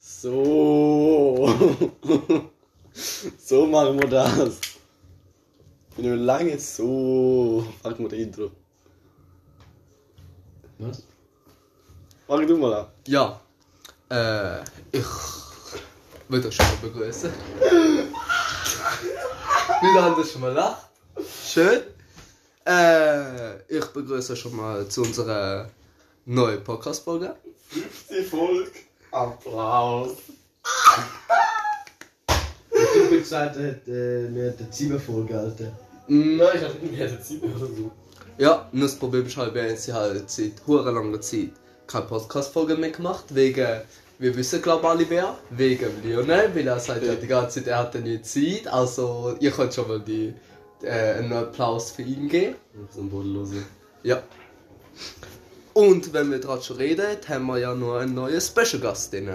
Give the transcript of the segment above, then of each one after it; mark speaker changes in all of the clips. Speaker 1: So. so machen wir das. Wenn wir lange so. Fuck mal das Intro.
Speaker 2: Was?
Speaker 1: Fang du mal an.
Speaker 2: Ja. Äh, ich will euch schon mal begrüßen. Wir haben das schon mal gelacht. Schön. Äh, ich begrüße euch schon mal zu unserer neuen Podcast-Folge.
Speaker 1: Die Folge. Applaus.
Speaker 3: Ich bin gesagt, er hat, äh, mir hat eine 7 vorgehalten.
Speaker 2: Mm,
Speaker 1: Nein, ich hatte nicht mehr Zeit oder so.
Speaker 2: Ja, nur das Problem ist halt, wir haben sie halt seit hoher langer Zeit keine Podcast-Folge mehr gemacht, wegen, wir wissen glaube alle wer, wegen Lionel, weil er sagt ja die ganze Zeit, er hat ja nicht Zeit, also ihr könnt schon mal die, äh, einen Applaus für ihn geben.
Speaker 1: So ein Bodenlose.
Speaker 2: Ja. Und wenn wir gerade schon reden, haben wir ja noch einen neuen Special-Gast drin.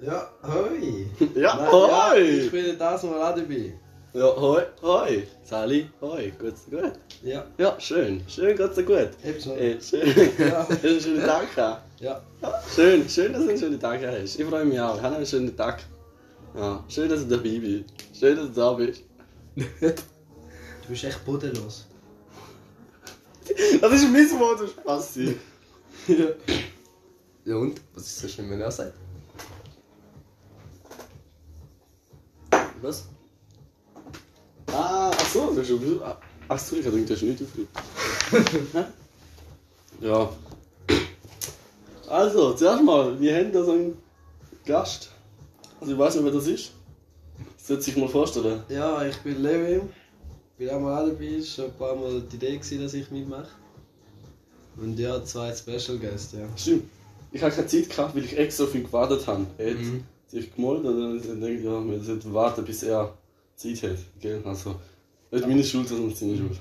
Speaker 3: Ja, hoi!
Speaker 1: Ja,
Speaker 3: Nein, ja,
Speaker 1: hoi!
Speaker 3: ich bin das mal auch dabei.
Speaker 1: Ja, hoi, hoi! Sally, hoi, geht's dir gut?
Speaker 3: Ja,
Speaker 1: Ja, schön, schön, geht's dir gut?
Speaker 3: ebenso.
Speaker 1: Ey, Äh, schön,
Speaker 3: Ja.
Speaker 1: hast du einen schönen Tag gehabt?
Speaker 3: Ja,
Speaker 1: Ja, schön, schön, dass du einen schönen Tag hast. Ich freue mich auch, hab einen schönen Tag. Ja, schön, dass du dabei bist. Schön, dass du da bist.
Speaker 3: du bist echt bodenlos.
Speaker 1: Das ist mein Wort, du Spassi.
Speaker 2: Ja und? Was ist so schlimm, wenn er sagt?
Speaker 1: Was? Ah, ach so, du hast schon besucht. Ach so, ich denke, du hast nicht aufgehört. ja. Also, zuerst mal, wir haben da so einen Gast. Also, ich weiß nicht, wer das ist. Das sollte sich mal vorstellen.
Speaker 3: Ja, ich bin Levi. Bin auch mal auch dabei. Ist schon ein paar Mal die Idee, gewesen, dass ich mitmache. Und ja, zwei Special Gäste, ja.
Speaker 1: Stimmt. Ich habe keine Zeit gehabt, weil ich extra auf ihn gewartet habe. Er hat
Speaker 2: Mhm.
Speaker 1: sich gemolden und dann habe ich gedacht, ja, wir sollten warten, bis er Zeit hat. Gell? Also, nicht meine Schuld, sondern seine Schuld.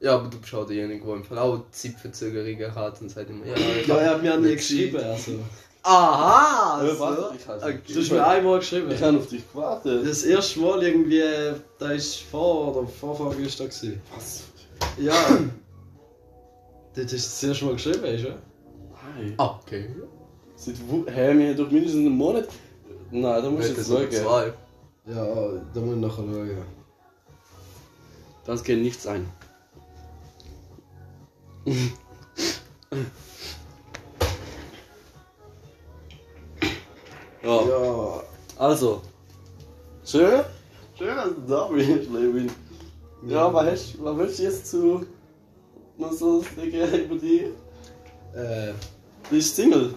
Speaker 2: Ja, aber du bist auch derjenige, der im Fall auch Zeitverzögerungen hat und sagt immer, ja, ich
Speaker 3: Ja,
Speaker 2: hab
Speaker 3: er hat mir auch nie
Speaker 2: nicht Zeit.
Speaker 3: geschrieben, Ah, also.
Speaker 2: Aha!
Speaker 1: Ja,
Speaker 2: so.
Speaker 1: warte, ich halte.
Speaker 3: Du hast
Speaker 2: Also, okay.
Speaker 3: mir einmal geschrieben.
Speaker 1: Ich habe auf dich gewartet.
Speaker 3: Das erste Mal irgendwie, äh, da ist vor oder vor vorgestern gewesen.
Speaker 1: Was?
Speaker 3: Ja. das ist das erste Mal geschrieben, ist ja?
Speaker 1: Nein.
Speaker 2: Ah, okay.
Speaker 1: Seit wo? Hä, wir haben doch mindestens einen Monat. Nein, da musst du jetzt
Speaker 2: Hätte
Speaker 1: schauen.
Speaker 2: zwei.
Speaker 3: Ja, da muss ich nachher schauen.
Speaker 1: Das geht nichts ein. ja.
Speaker 3: Ja,
Speaker 1: Also. Schön? Schön, dass du da bist, Levin. Ja, was, hast, was willst du jetzt zu. noch so sagen über dich?
Speaker 3: äh,
Speaker 1: Du bist Single.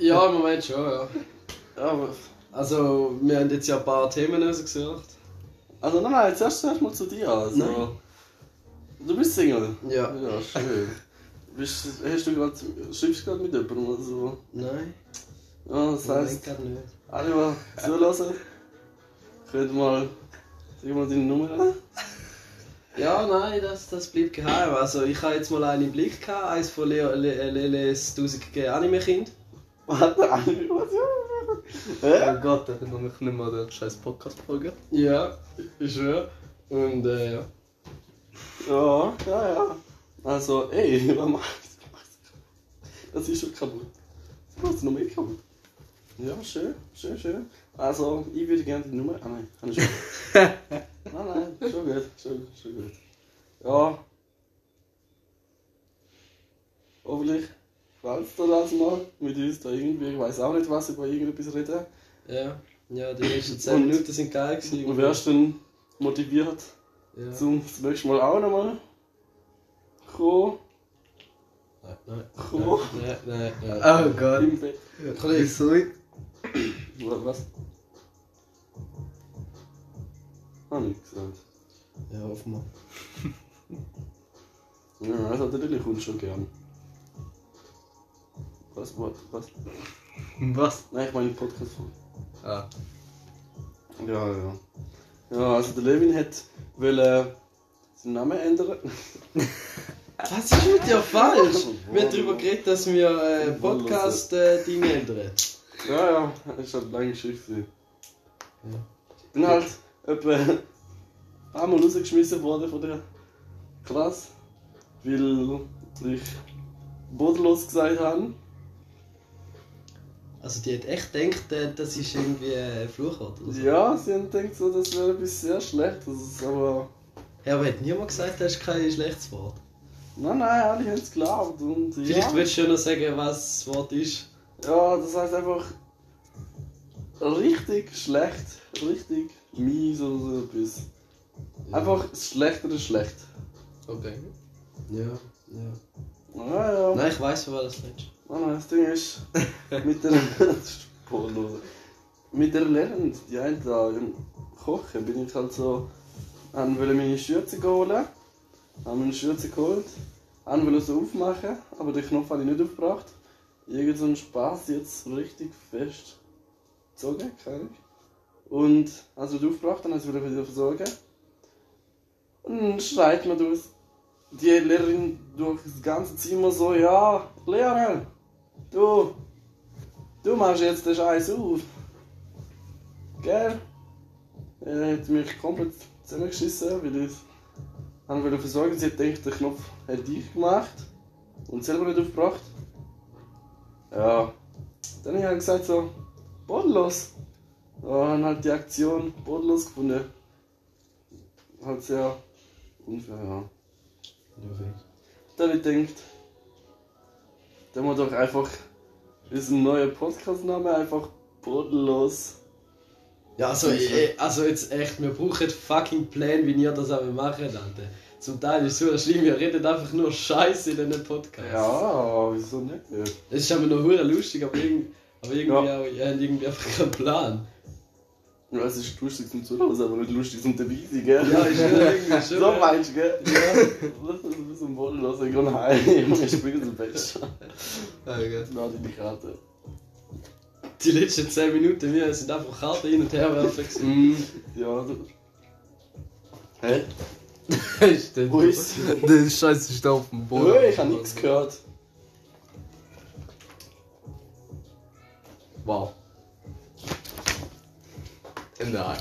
Speaker 3: ja, im Moment schon, ja.
Speaker 1: Ja, aber.
Speaker 3: Also, wir haben jetzt ja ein paar Themen rausgesucht.
Speaker 1: Also, nein, nein, zuerst erst mal zu dir. Also. Du bist Single.
Speaker 3: Ja.
Speaker 1: Ja, schön. Bist, hast du grad, schreibst du gerade mit jemandem oder so?
Speaker 3: Nein,
Speaker 1: Ja, das heißt,
Speaker 3: gerade nicht.
Speaker 1: alle mal zulassen. Könnt mal. Sag mal deine Nummer an.
Speaker 3: Ja, nein, das, das bleibt geheim. Also, ich habe jetzt mal einen im Blick gehabt, eins von Leo, Le, äh, Leles 1000 Anime-Kind.
Speaker 1: Warte, alle was?
Speaker 2: Oh
Speaker 1: Hä?
Speaker 2: Gott, da erinnere mich nicht mehr an den scheiß Podcast-Folge.
Speaker 3: Ja, ist ja. Und, äh, ja.
Speaker 1: Ja, ja, ja. Also, ey, was machst du? Das ist schon kaputt. Das machst du noch mehr kaputt. Ja, schön, schön, schön. Also, ich würde gerne die Nummer. Ah nein, kann ich schon. nein, nein, schon gut, schon, schon gut. Ja. Hoffentlich gefällt dir das mal mit uns da irgendwie. Ich weiß auch nicht, was über irgendetwas reden.
Speaker 3: Ja, ja die ersten
Speaker 1: Und-
Speaker 3: 10 Minuten sind geil gewesen.
Speaker 1: Und wärst du denn motiviert,
Speaker 3: Ja.
Speaker 1: zum das nächste Mal auch nochmal kommen?
Speaker 3: Nein, nein,
Speaker 1: Cool.
Speaker 3: nein, nein, nein.
Speaker 2: Oh Gott.
Speaker 1: Im Bett.
Speaker 3: Ah.
Speaker 2: Wieso?
Speaker 1: Wa- Was? Hab ich Ah, gesagt.
Speaker 3: Ja, hoffen wir.
Speaker 1: Ja, das hat der Lilly Hund schon gern. Was, was, was?
Speaker 2: Was?
Speaker 1: Nein, ich meine Podcast von.
Speaker 2: Ah.
Speaker 1: Ja, ja. Ja, also der Levin hat will äh, seinen Namen ändern.
Speaker 3: Was ist mit dir falsch? Wir haben darüber geredet, dass wir äh, Podcast-Dinge ändern.
Speaker 1: Ja, ja, das war eine lange Geschichte.
Speaker 3: Ja.
Speaker 1: Ich bin halt etwa ein paar Mal rausgeschmissen worden von der Klasse, weil ich bodenlos gesagt habe.
Speaker 3: Also die hat echt gedacht, äh, das ist irgendwie ein Fluchwort oder so.
Speaker 1: Ja, sie haben gedacht, so, das wäre etwas sehr Schlechtes, aber...
Speaker 3: Ja, aber hat niemand gesagt, das ist kein schlechtes Wort.
Speaker 1: Nein, nein, alle haben es geglaubt und ja.
Speaker 3: Vielleicht würdest du ja noch sagen, was das Wort ist.
Speaker 1: Ja, das heißt einfach... Richtig schlecht, richtig mies oder so etwas. Einfach das Schlechtere ist schlecht.
Speaker 2: Okay.
Speaker 3: Ja, ja.
Speaker 1: Ja, ja. Nein,
Speaker 3: Nein, ich weiß, von was das redest.
Speaker 1: nein, das Ding ist... mit der... das ist Porno. Mit der Lehrerin, die eine da im Kochen, bin ich halt so... Haben wollte meine Schürze holen. Haben meine Schürze geholt. Haben wollte sie aufmachen, aber den Knopf habe ich nicht aufgebracht. Irgend so ein Spaß jetzt richtig fest gezogen, keine Ahnung. Und als wir aufgebracht haben, haben sie wieder versorgen. Und dann schreit man durch die Lehrerin durch das ganze Zimmer so, ja, Lehrer, du, du machst jetzt den Scheiß auf. Gell? Er hat mich komplett zusammengeschissen, weil ich dann wollte versorgen. Sie hat gedacht, den Knopf hat ich gemacht und selber nicht aufgebracht. Ja. Dann habe ich gesagt so, bodenlos. Ja, haben halt die Aktion bodenlos gefunden. Halt sehr unfair, ja. Dann habe ich gedacht, dann wir doch einfach unseren neuen Podcast-Namen einfach bodenlos.
Speaker 3: Ja, also, äh, also jetzt echt, wir brauchen fucking Pläne, wie ihr das aber machen Alter. Zum Teil ist es super schlimm, wir reden einfach nur Scheiße in diesen Podcasts.
Speaker 1: Ja, wieso nicht?
Speaker 3: Es ist aber noch hure lustig, aber irgendwie, aber irgendwie,
Speaker 1: Ja.
Speaker 3: auch, ihr habt irgendwie einfach keinen Plan.
Speaker 1: Ja, es ist lustig zum Zuhören, aber nicht lustig zum dabei sein, gell?
Speaker 3: Ja, ist schon irgendwie schon.
Speaker 1: so meinst du, gell? Ja. Das ist ein bisschen bodenlos, ich gehe heim, ich spiele zum Bett.
Speaker 2: Okay.
Speaker 1: Na, deine Karte.
Speaker 3: Die letzten 10 Minuten, wir sind einfach Karten hin und her werfen. gewesen.
Speaker 2: Mm.
Speaker 1: Ja, du. Hä?
Speaker 2: ist denn
Speaker 1: Wo ist sie?
Speaker 2: Der Scheiß ist da auf dem Boden.
Speaker 1: Nö, ich habe nichts gehört.
Speaker 2: Wow. Nein.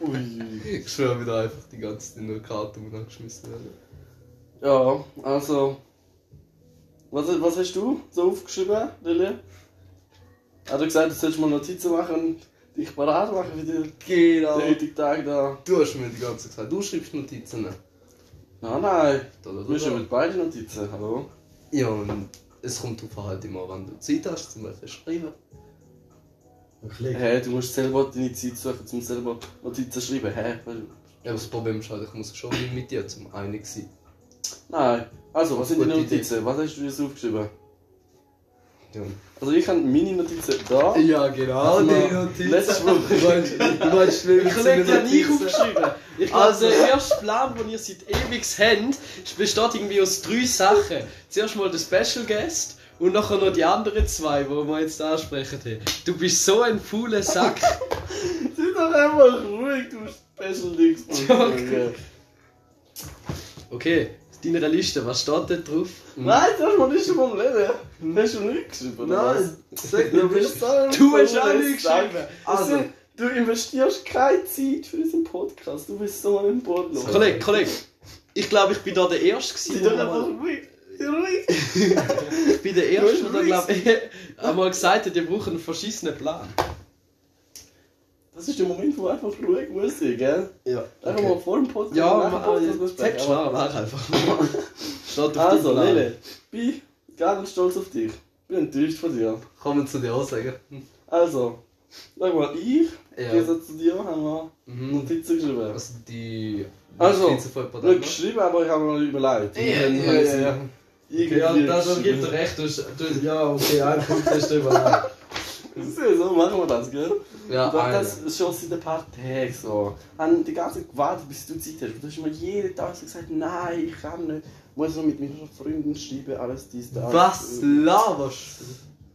Speaker 1: Ui.
Speaker 2: Ich schwöre wieder einfach die ganze Zeit nur Karten und dann geschmissen werden.
Speaker 1: Ja, also. Was, was hast du so aufgeschrieben, Lilly? Hat er gesagt, du sollst mal Notizen machen und dich parat machen für die,
Speaker 2: Genau.
Speaker 1: den heutigen Tag da?
Speaker 2: Du hast mir die ganze Zeit gesagt, du schreibst Notizen. Da,
Speaker 1: Nein, nein.
Speaker 2: da, da,
Speaker 1: Wir
Speaker 2: da.
Speaker 1: schreiben beide Notizen, hallo?
Speaker 2: Ja, und es kommt auf halt immer, wenn du Zeit hast, zum Beispiel schreiben.
Speaker 1: Hey, du musst selber deine Zeit suchen, um selber Notizen zu schreiben. Hä?
Speaker 2: Ja, aber das Problem ist halt, ich muss schon mit dir zum einen sein.
Speaker 1: Nein. Also, was sind die
Speaker 2: Gute Idee.
Speaker 1: Notizen? Was hast du jetzt aufgeschrieben?
Speaker 2: Ja.
Speaker 1: Also, ich habe meine Notizen da.
Speaker 2: Ja, genau,
Speaker 1: Also,
Speaker 2: die Notizen.
Speaker 1: letztes Mal-
Speaker 2: Du meinst, du meinst, wir
Speaker 3: Ich
Speaker 2: müssen
Speaker 3: habe ja nie
Speaker 2: Notizen-
Speaker 3: aufgeschrieben. Ich glaube,
Speaker 2: Also-
Speaker 3: der erste Plan, den ihr seit ewig habt, besteht irgendwie aus drei Sachen. Zuerst mal der Special Guest und nachher noch die anderen zwei, die wir jetzt ansprechen. haben. Du bist so ein fauler Sack.
Speaker 1: Sei doch einfach ruhig, du Special Dings.
Speaker 3: Okay. Okay, auf deiner Liste, was steht da drauf?
Speaker 1: Nein, das hast du nicht schon vom Leben. Hast du nicht geschrieben, oder
Speaker 2: Nein, sag
Speaker 1: was? Du
Speaker 2: mir
Speaker 1: bist
Speaker 2: bist.
Speaker 1: so ein
Speaker 3: Du hast auch
Speaker 1: faules
Speaker 3: nicht
Speaker 1: Sack.
Speaker 3: geschrieben.
Speaker 1: Also,
Speaker 2: Also.
Speaker 1: du investierst keine Zeit für unseren Podcast. Du bist so ein Bodenlos.
Speaker 2: So.
Speaker 3: Kollege, Kollege, ich glaube, ich bin da der Erste
Speaker 1: Sei
Speaker 3: gewesen.
Speaker 1: doch
Speaker 3: der mal-
Speaker 1: einfach ruhig. Sei ruhig.
Speaker 3: Ich bin der
Speaker 1: Du hast
Speaker 3: Erste, der
Speaker 1: ruhig
Speaker 3: glaub, ich, einmal gesagt hat, ihr braucht einen verschissenen Plan.
Speaker 1: Das ist der Moment, wo einfach ruhig muss sein, gell?
Speaker 2: Ja.
Speaker 1: Einfach mal vor dem Podcast.
Speaker 3: Ja, also,
Speaker 1: nach dem
Speaker 3: mach
Speaker 1: Podcast muss
Speaker 3: Text
Speaker 1: sprechen, aber-
Speaker 3: machen, mach einfach. Steht auf
Speaker 1: Also,
Speaker 3: deinem Plan.
Speaker 1: Lele, bin ganz stolz auf dich. Bin enttäuscht von dir.
Speaker 2: Kann man zu dir auch sagen.
Speaker 3: Mhm.
Speaker 1: Also, sag mal, ich,
Speaker 2: Ja.
Speaker 1: ja. zu dir, haben wir
Speaker 3: Hm.
Speaker 2: Mhm.
Speaker 1: Notizen geschrieben.
Speaker 2: Also die.
Speaker 1: Also,
Speaker 2: Notizen von jemand
Speaker 1: Nicht
Speaker 2: anderem.
Speaker 1: geschrieben, aber ich habe mir überlegt. Und dann habe ich sie irgendwie
Speaker 3: Ja, das das
Speaker 1: geschrieben.
Speaker 3: gibt dir recht. Du, hast- du, ja, okay, ein Punkt hast du überlegt.
Speaker 1: So, so machen wir das, gell?
Speaker 2: Ja,
Speaker 1: Doch,
Speaker 2: eine.
Speaker 1: das ist schon seit ein paar Tagen so. Haben die ganze Zeit gewartet, bis du Zeit hast. Und du hast immer jeden Tag so gesagt, nein, ich kann nicht. Muss noch mit meiner Freundin schreiben, alles dies, das.
Speaker 2: Was
Speaker 1: Äh,
Speaker 2: laberst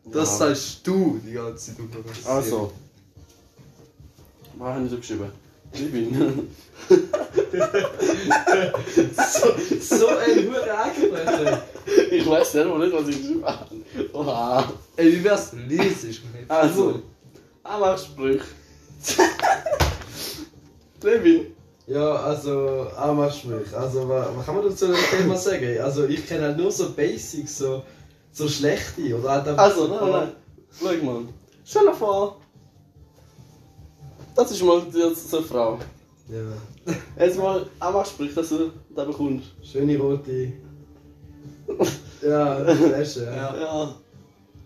Speaker 2: du? Das
Speaker 1: Ja.
Speaker 2: sagst du die ganze Zeit. du Provozierer.
Speaker 1: Also. Was habe ich so geschrieben? Ich bin.
Speaker 3: So, so ein Hure angebrechen.
Speaker 1: ich weiß selber nicht, was ich geschrieben habe. Oha.
Speaker 2: Ey, wie wär's lesest?
Speaker 1: Also. Aber Sprüche. Levin.
Speaker 3: Ja, also, anmachst mich. Also, was, was kann man dazu dem Thema sagen? Also, ich kenne halt nur so Basics, so, so schlechte. Oder halt einfach
Speaker 1: Also,
Speaker 3: so-
Speaker 1: nein, nein. Schau mal. Stell dir vor, das ist mal jetzt so eine Frau.
Speaker 4: Ja.
Speaker 1: Jetzt mal einmal spricht, dass du da bekommst.
Speaker 4: Schöne rote. Ja, Flasche. Ja.
Speaker 1: Ja.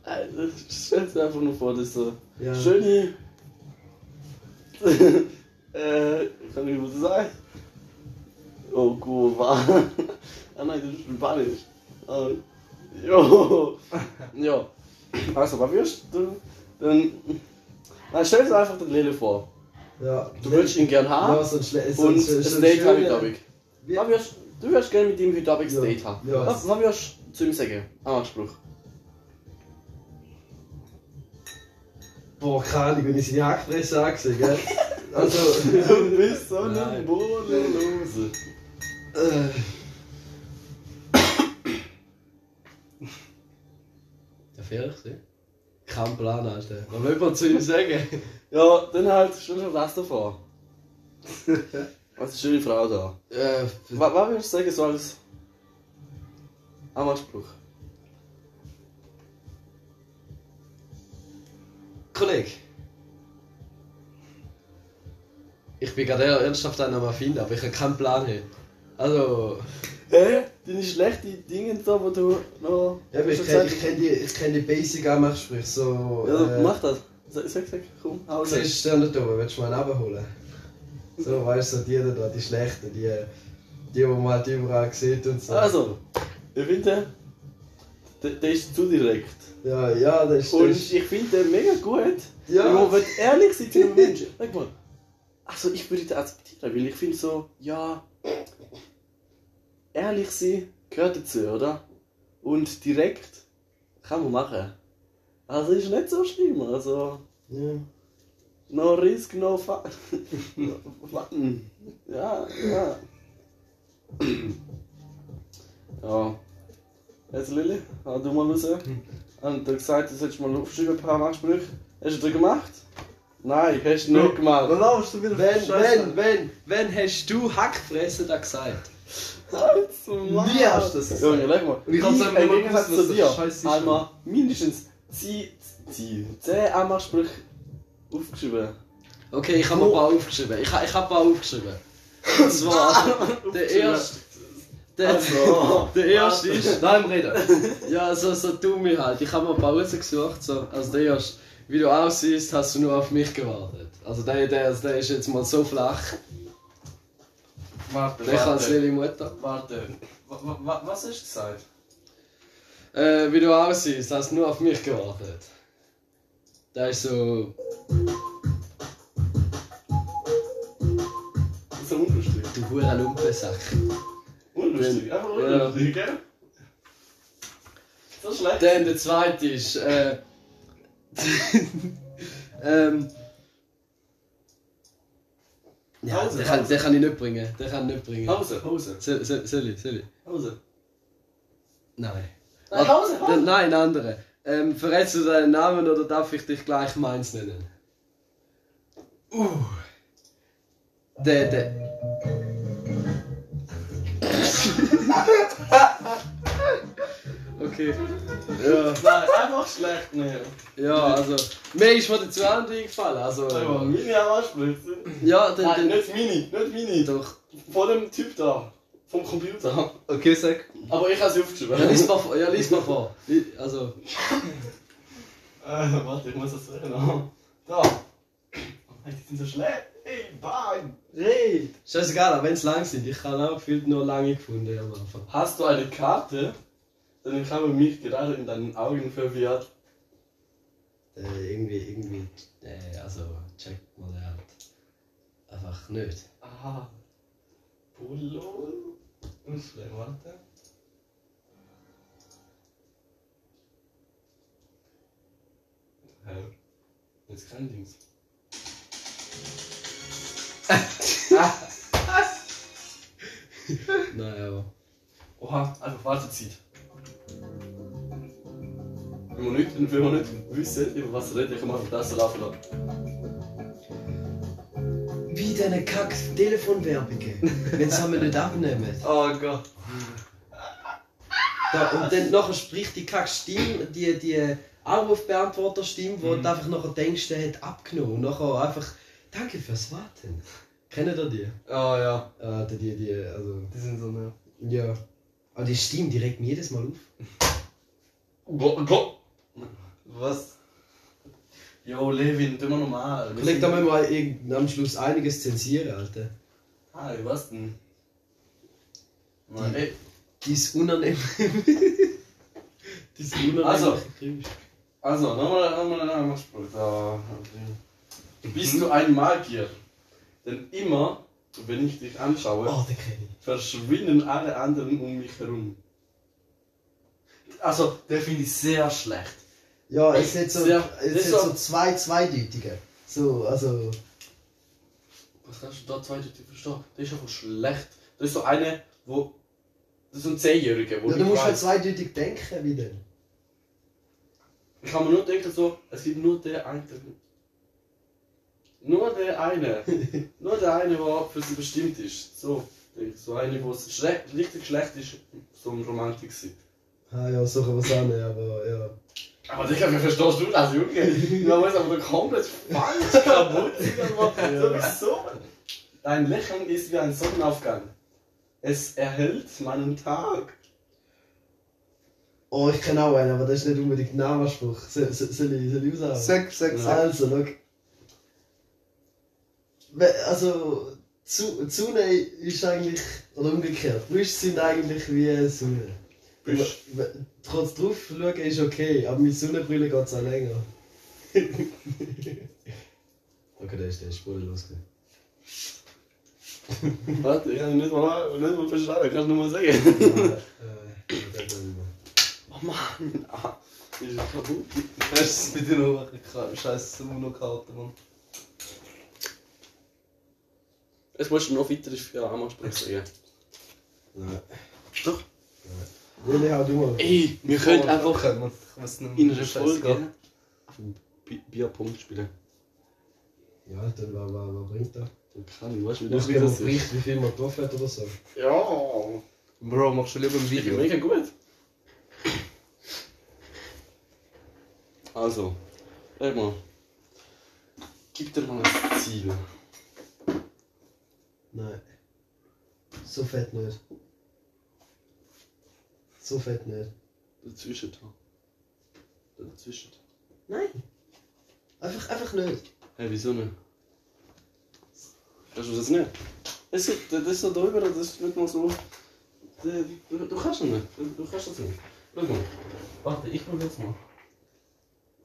Speaker 1: Äh, Stell dir einfach nur vor, das ist so.
Speaker 4: ja.
Speaker 1: Schöne. äh, kann ich was sagen? Oh, Kurva. ah nein, das ist Spanisch. Ah, jo. ja. Also, was wirst du? Dann. Dann stell dir einfach den Lele vor.
Speaker 4: Ja.
Speaker 1: Du würdest ihn gern haben
Speaker 4: Ja, so ein Schle so
Speaker 1: und
Speaker 4: ein, so ein
Speaker 1: das Date habe ich,
Speaker 4: schöner-
Speaker 1: glaube ich.
Speaker 4: Wie-
Speaker 1: Was wirst- Du wirst gerne mit ihm heute Abend
Speaker 4: Ja.
Speaker 1: ein Date haben.
Speaker 4: Ja.
Speaker 1: Was, was wirst du zu ihm sagen? Anspruch.
Speaker 4: Boah, keine Ahnung, wenn ich seine Hackfresse angesehen, gell? Also,
Speaker 1: Du bist so eine
Speaker 3: Nein.
Speaker 1: Bodenlose.
Speaker 4: äh,
Speaker 3: Ja, vielleicht, ne? Kein Plan, Alter. Was will man zu ihm sagen?
Speaker 1: Ja, dann halt, stell dir das davor. Was ist eine schöne Frau da?
Speaker 3: Äh,
Speaker 1: Was, was würdest du sagen, so als Anspruch?
Speaker 3: Kollege. Ich bin gerade eher ernsthaft an am finden, aber ich habe keinen Plan. Hey. Also,
Speaker 1: Hä? Deine schlechten Dinge da, wo du noch.
Speaker 4: ja, aber ich kenne ich kenn die, ich kenn die basic Anmachsprüche, so...
Speaker 1: Ja,
Speaker 4: äh,
Speaker 1: mach das. Sag, sag, sag, komm, hau
Speaker 4: Du
Speaker 1: das.
Speaker 4: siehst, stell dir da, willst du mal runterholen? So, weißt du, so die da, die Schlechten, die... Die, die man halt überall sieht und so.
Speaker 1: Also, ich finde, der, der ist zu direkt.
Speaker 4: Ja, ja, das ist...
Speaker 1: Und
Speaker 4: das ist-
Speaker 1: ich finde den mega gut.
Speaker 4: Ja.
Speaker 1: Ja. Man wird ehrlich sein zu einem Menschen. Sag mal. Also ich würde das akzeptieren, weil ich finde so, ja, ehrlich sein gehört dazu, oder? Und direkt kann man machen. Also ist nicht so schlimm, also
Speaker 4: Ja.
Speaker 1: no risk, no fun. no fun. Ja, ja. ja. Jetzt Lilly, hau du mal raus. Und du hast gesagt, du sollst mal aufschreiben ein paar Ansprüche. Hast du das gemacht? Nein, hast du nicht gemacht.
Speaker 4: Dann laufst du wieder
Speaker 3: wenn,
Speaker 4: Scheiße.
Speaker 3: wenn, wenn, wenn hast du Hackfresse da gesagt?
Speaker 4: Wie hast du das gesagt?
Speaker 1: Junge, leg mal.
Speaker 2: Und ich hab's einfach
Speaker 1: im
Speaker 2: nur
Speaker 1: Gegensatz
Speaker 2: gewusst,
Speaker 1: zu
Speaker 2: dass
Speaker 1: dir.
Speaker 2: das scheiße ist,
Speaker 1: Einmal mindestens 10, 10, 10 einmal Sprüche aufgeschrieben.
Speaker 3: Okay, ich habe ein paar aufgeschrieben. Ich, ha- ich habe ein paar aufgeschrieben. Und zwar, also, der erste. Der,
Speaker 1: Also.
Speaker 3: der erste ist.
Speaker 2: Nein, im Reden.
Speaker 3: Ja, so, so dumme halt. Ich habe mir ein paar rausgesucht. So. Also der erste, wie du aussiehst, hast du nur auf mich gewartet. Also der, der, der ist jetzt mal so flach.
Speaker 1: Warte,
Speaker 3: Der kann als Lili Mutter.
Speaker 1: Warte, was hast du gesagt?
Speaker 3: Äh, wie du aussiehst, hast nur auf mich gewartet. Der ist so.
Speaker 1: Das ist unlustig.
Speaker 3: Du hoher Lumpensack.
Speaker 1: Unlustig, einfach
Speaker 3: unlustig,
Speaker 1: gell? So schlecht.
Speaker 3: Dann der zweite ist. Äh, ähm. Ja,
Speaker 1: Pause,
Speaker 3: den kann,
Speaker 1: Pause.
Speaker 3: den kann ich nicht bringen. Den kann ich nicht bringen.
Speaker 1: Hause, Hose,
Speaker 3: Soll, soll, soll ich, soll ich?
Speaker 1: Hose.
Speaker 3: Nein.
Speaker 1: Nein, Hause,
Speaker 3: Dann-
Speaker 1: Hause.
Speaker 3: Nein, andere. Ähm, verrätst du deinen Namen oder darf ich dich gleich meins nennen? Uh. Der, der. okay. Ja.
Speaker 1: Nein, einfach schlecht, ne.
Speaker 3: Ja, also. Mir ist von den zwei anderen eingefallen. Also.
Speaker 1: Meine Anspritze.
Speaker 3: Ja, dann.
Speaker 1: Nein,
Speaker 3: dann
Speaker 1: nicht meine, nicht meine.
Speaker 3: doch.
Speaker 1: Von dem Typ da. Vom Computer.
Speaker 2: Okay, sag.
Speaker 1: Aber ich habe sie
Speaker 3: Ja,
Speaker 1: aufgeschrieben.
Speaker 3: lies mal vor. Ja, lies mal vor. Li- Also.
Speaker 1: Äh, warte, ich muss das sehen. Da. Ey, die sind so schlecht. Ey, bang.
Speaker 4: Red!
Speaker 3: Scheißegal, auch wenn es lang sind. Ich habe auch gefühlt nur lange gefunden am Anfang.
Speaker 1: Hast du eine Karte? Denn ich habe mich gerade in deinen Augen verwirrt.
Speaker 3: Äh, irgendwie, irgendwie, äh, also checkt man halt einfach nicht.
Speaker 1: Aha. Pullo? Unschlecht, warte. Hä? Jetzt kein Dings.
Speaker 3: Naja, aber.
Speaker 1: Oha, einfach Wartezeit. Wenn wir nicht, wenn wir nicht wissen, über was reden, kann man einfach das so laufen lassen.
Speaker 4: Wie deine Kack-Telefonwerbungen.
Speaker 3: Wenn sie wir nicht abnehmen.
Speaker 1: Ah,
Speaker 2: Oh Gott.
Speaker 3: Da, und dann nachher spricht die Kackstimme, die, die
Speaker 5: auch auf Beantworterstimme, wo du einfach nachher denkst, der hat abgenommen. Und nachher einfach, danke fürs Warten. Kennt ihr die?
Speaker 2: Ah ja,
Speaker 5: Äh, die, die, also,
Speaker 2: die sind so ne.
Speaker 5: ja. Aber die Stimme, die regt mich jedes Mal auf.
Speaker 2: Was?
Speaker 1: Jo, Levin, tu mal normal. Wir
Speaker 5: Vielleicht
Speaker 1: sind-
Speaker 5: da müssen wir mal irgend- am Schluss einiges zensieren, Alter.
Speaker 1: Hi, was Ah, denn? Mal,
Speaker 5: Die-
Speaker 1: ey,
Speaker 5: Die ist unangenehm. die ist unangenehm.
Speaker 1: Also. also, nochmal, nochmal, nochmal, Spruch. Da. Bist du ein Magier? Denn immer, wenn ich dich anschaue,
Speaker 5: Oh, den kenn ich.
Speaker 1: verschwinden alle anderen um mich herum. Also, der finde ich sehr schlecht.
Speaker 3: Ja, es hat so,
Speaker 1: Sehr-
Speaker 3: es
Speaker 1: sehr
Speaker 3: hat
Speaker 1: so-
Speaker 3: so zwei Zweideutige. So, also,
Speaker 1: Was kannst du da zweite Typ verstehen? Der ist einfach schlecht. Das ist so eine, wo. Das ist so ein Zehnjähriger, wo
Speaker 3: ja,
Speaker 1: ja,
Speaker 3: du musst halt
Speaker 1: weiß.
Speaker 3: zweideutig denken wieder.
Speaker 1: Ich kann mir nur denken, so, es gibt nur den einen. Nur der eine. nur der eine, der für sie bestimmt ist. So. So eine, wo es schlecht, richtig schlecht ist, so ein Romantik sind.
Speaker 3: Ah ja, so kann man sagen, aber ja.
Speaker 1: Aber Digga, wie verstehst du das, Junge? Da muss aber komplett falsch kaputt sein. Sowieso. Dein Lächeln ist wie ein Sonnenaufgang. Es erhält meinen Tag.
Speaker 3: Oh, ich kenne auch einen, aber das ist nicht unbedingt ein Namenspruch. Soll, soll, soll ich, soll ich aussagen?
Speaker 2: Sag, sag, sag.
Speaker 3: Also, schau. We- Also, Zu- Zune ist eigentlich, oder umgekehrt, Brüste sind eigentlich wie Sonne.
Speaker 1: Brüste.
Speaker 3: We- we- Trotz drauf schauen ist okay, aber mit Sonnenbrille geht es auch länger. okay, der ist, der ist spurlos.
Speaker 1: Warte, ich kann nicht mal, nicht mal verstanden, kannst du nur mal sagen.
Speaker 3: äh,
Speaker 1: Oh Mann, ah, ist das kaputt?
Speaker 2: Hast du es bei dir noch machen? Scheiße, Monokarte, Mann.
Speaker 1: Jetzt musst du noch weitere für einmal sprechen. Ja.
Speaker 3: Nein.
Speaker 1: Doch.
Speaker 3: Willi, hau du mal.
Speaker 1: Ey, wir
Speaker 2: Oh,
Speaker 1: können
Speaker 2: okay,
Speaker 1: einfach
Speaker 2: Mann. Ich weiß nicht
Speaker 1: in
Speaker 2: mehr.
Speaker 1: einer
Speaker 2: Scheißegal.
Speaker 1: Folge Bi- Bierpunkt spielen.
Speaker 3: Ja, dann was, was, was bringt das?
Speaker 1: Dann kann ich, weißt du, wie
Speaker 3: Das
Speaker 1: das
Speaker 3: gibt einen
Speaker 1: ist.
Speaker 3: Bericht, wie viel man getroffen hat oder so.
Speaker 1: Ja,
Speaker 2: Bro, machst du lieber ein
Speaker 1: ich bin
Speaker 2: Video?
Speaker 1: mega gut. Also, sag mal. Gib dir mal ein Ziel.
Speaker 3: Nein. So fett nicht. So fett nicht.
Speaker 1: Dazwischen. Dazwischen.
Speaker 3: Nein. Einfach, einfach nicht.
Speaker 1: Hä, wieso nicht? Kannst du das nicht? Das ist, das ist da drüber, das ist nicht mal so. Du, du kannst das nicht. Du, du kannst das nicht. Schau mal. Warte, ich probier jetzt mal.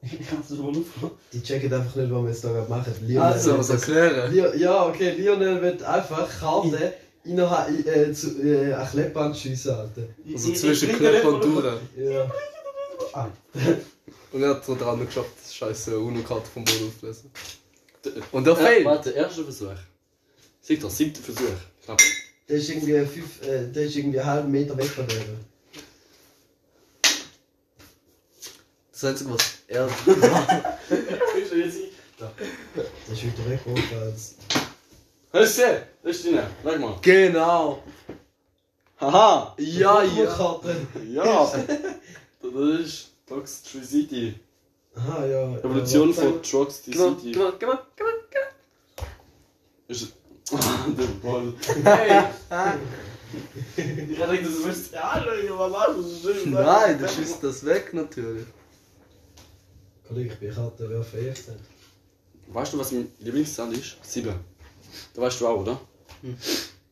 Speaker 1: Ich kann es wohl aufmachen.
Speaker 3: Die checken einfach nicht, was wir jetzt da gerade machen. Lionel
Speaker 2: Also,
Speaker 3: will
Speaker 2: was
Speaker 3: das-
Speaker 2: erklären?
Speaker 3: Lio- Ja, okay, Lionel wird einfach Karte innerhalb äh, zu äh, ein Kleppband schiessen, Alter.
Speaker 2: Also zwischen Knöpfen und Dure.
Speaker 3: Ja.
Speaker 2: Und er hat so dran geschafft, das scheiße Monokarte vom Boden aufzulösen. Und der
Speaker 1: Hey.
Speaker 2: fehlt!
Speaker 1: Äh, Warte, erster Versuch. Sieg doch, siebter Versuch. Knapp.
Speaker 3: Der ist irgendwie fünf, äh, der ist irgendwie einen halben Meter weg von dir.
Speaker 2: Das einzige, was er.
Speaker 1: Ist jetzt ich.
Speaker 3: Der ist wieder weg, als.
Speaker 1: Hörst du? Das ist deine. Sag mal.
Speaker 2: Genau!
Speaker 1: Haha.
Speaker 2: Ja, ja!
Speaker 3: Karte.
Speaker 1: Ja. Das ist Toxtricity.
Speaker 3: Aha, Ah, ja.
Speaker 1: Evolution
Speaker 3: Ja, warte.
Speaker 1: von Toxtricity.
Speaker 2: Genau, genau, genau, genau, genau.
Speaker 1: Ist. Der Ball. Hey! ich hatte gedacht, du wirst. Ja, Leute, was machst du? Das ist schön. ne?
Speaker 2: Nein, du schießt das weg natürlich.
Speaker 3: Kollege, ich bin Karte, wer fährt denn?
Speaker 1: Weißt du, was mein Lieblingszahl ist? Sieben. Da weißt du auch, oder?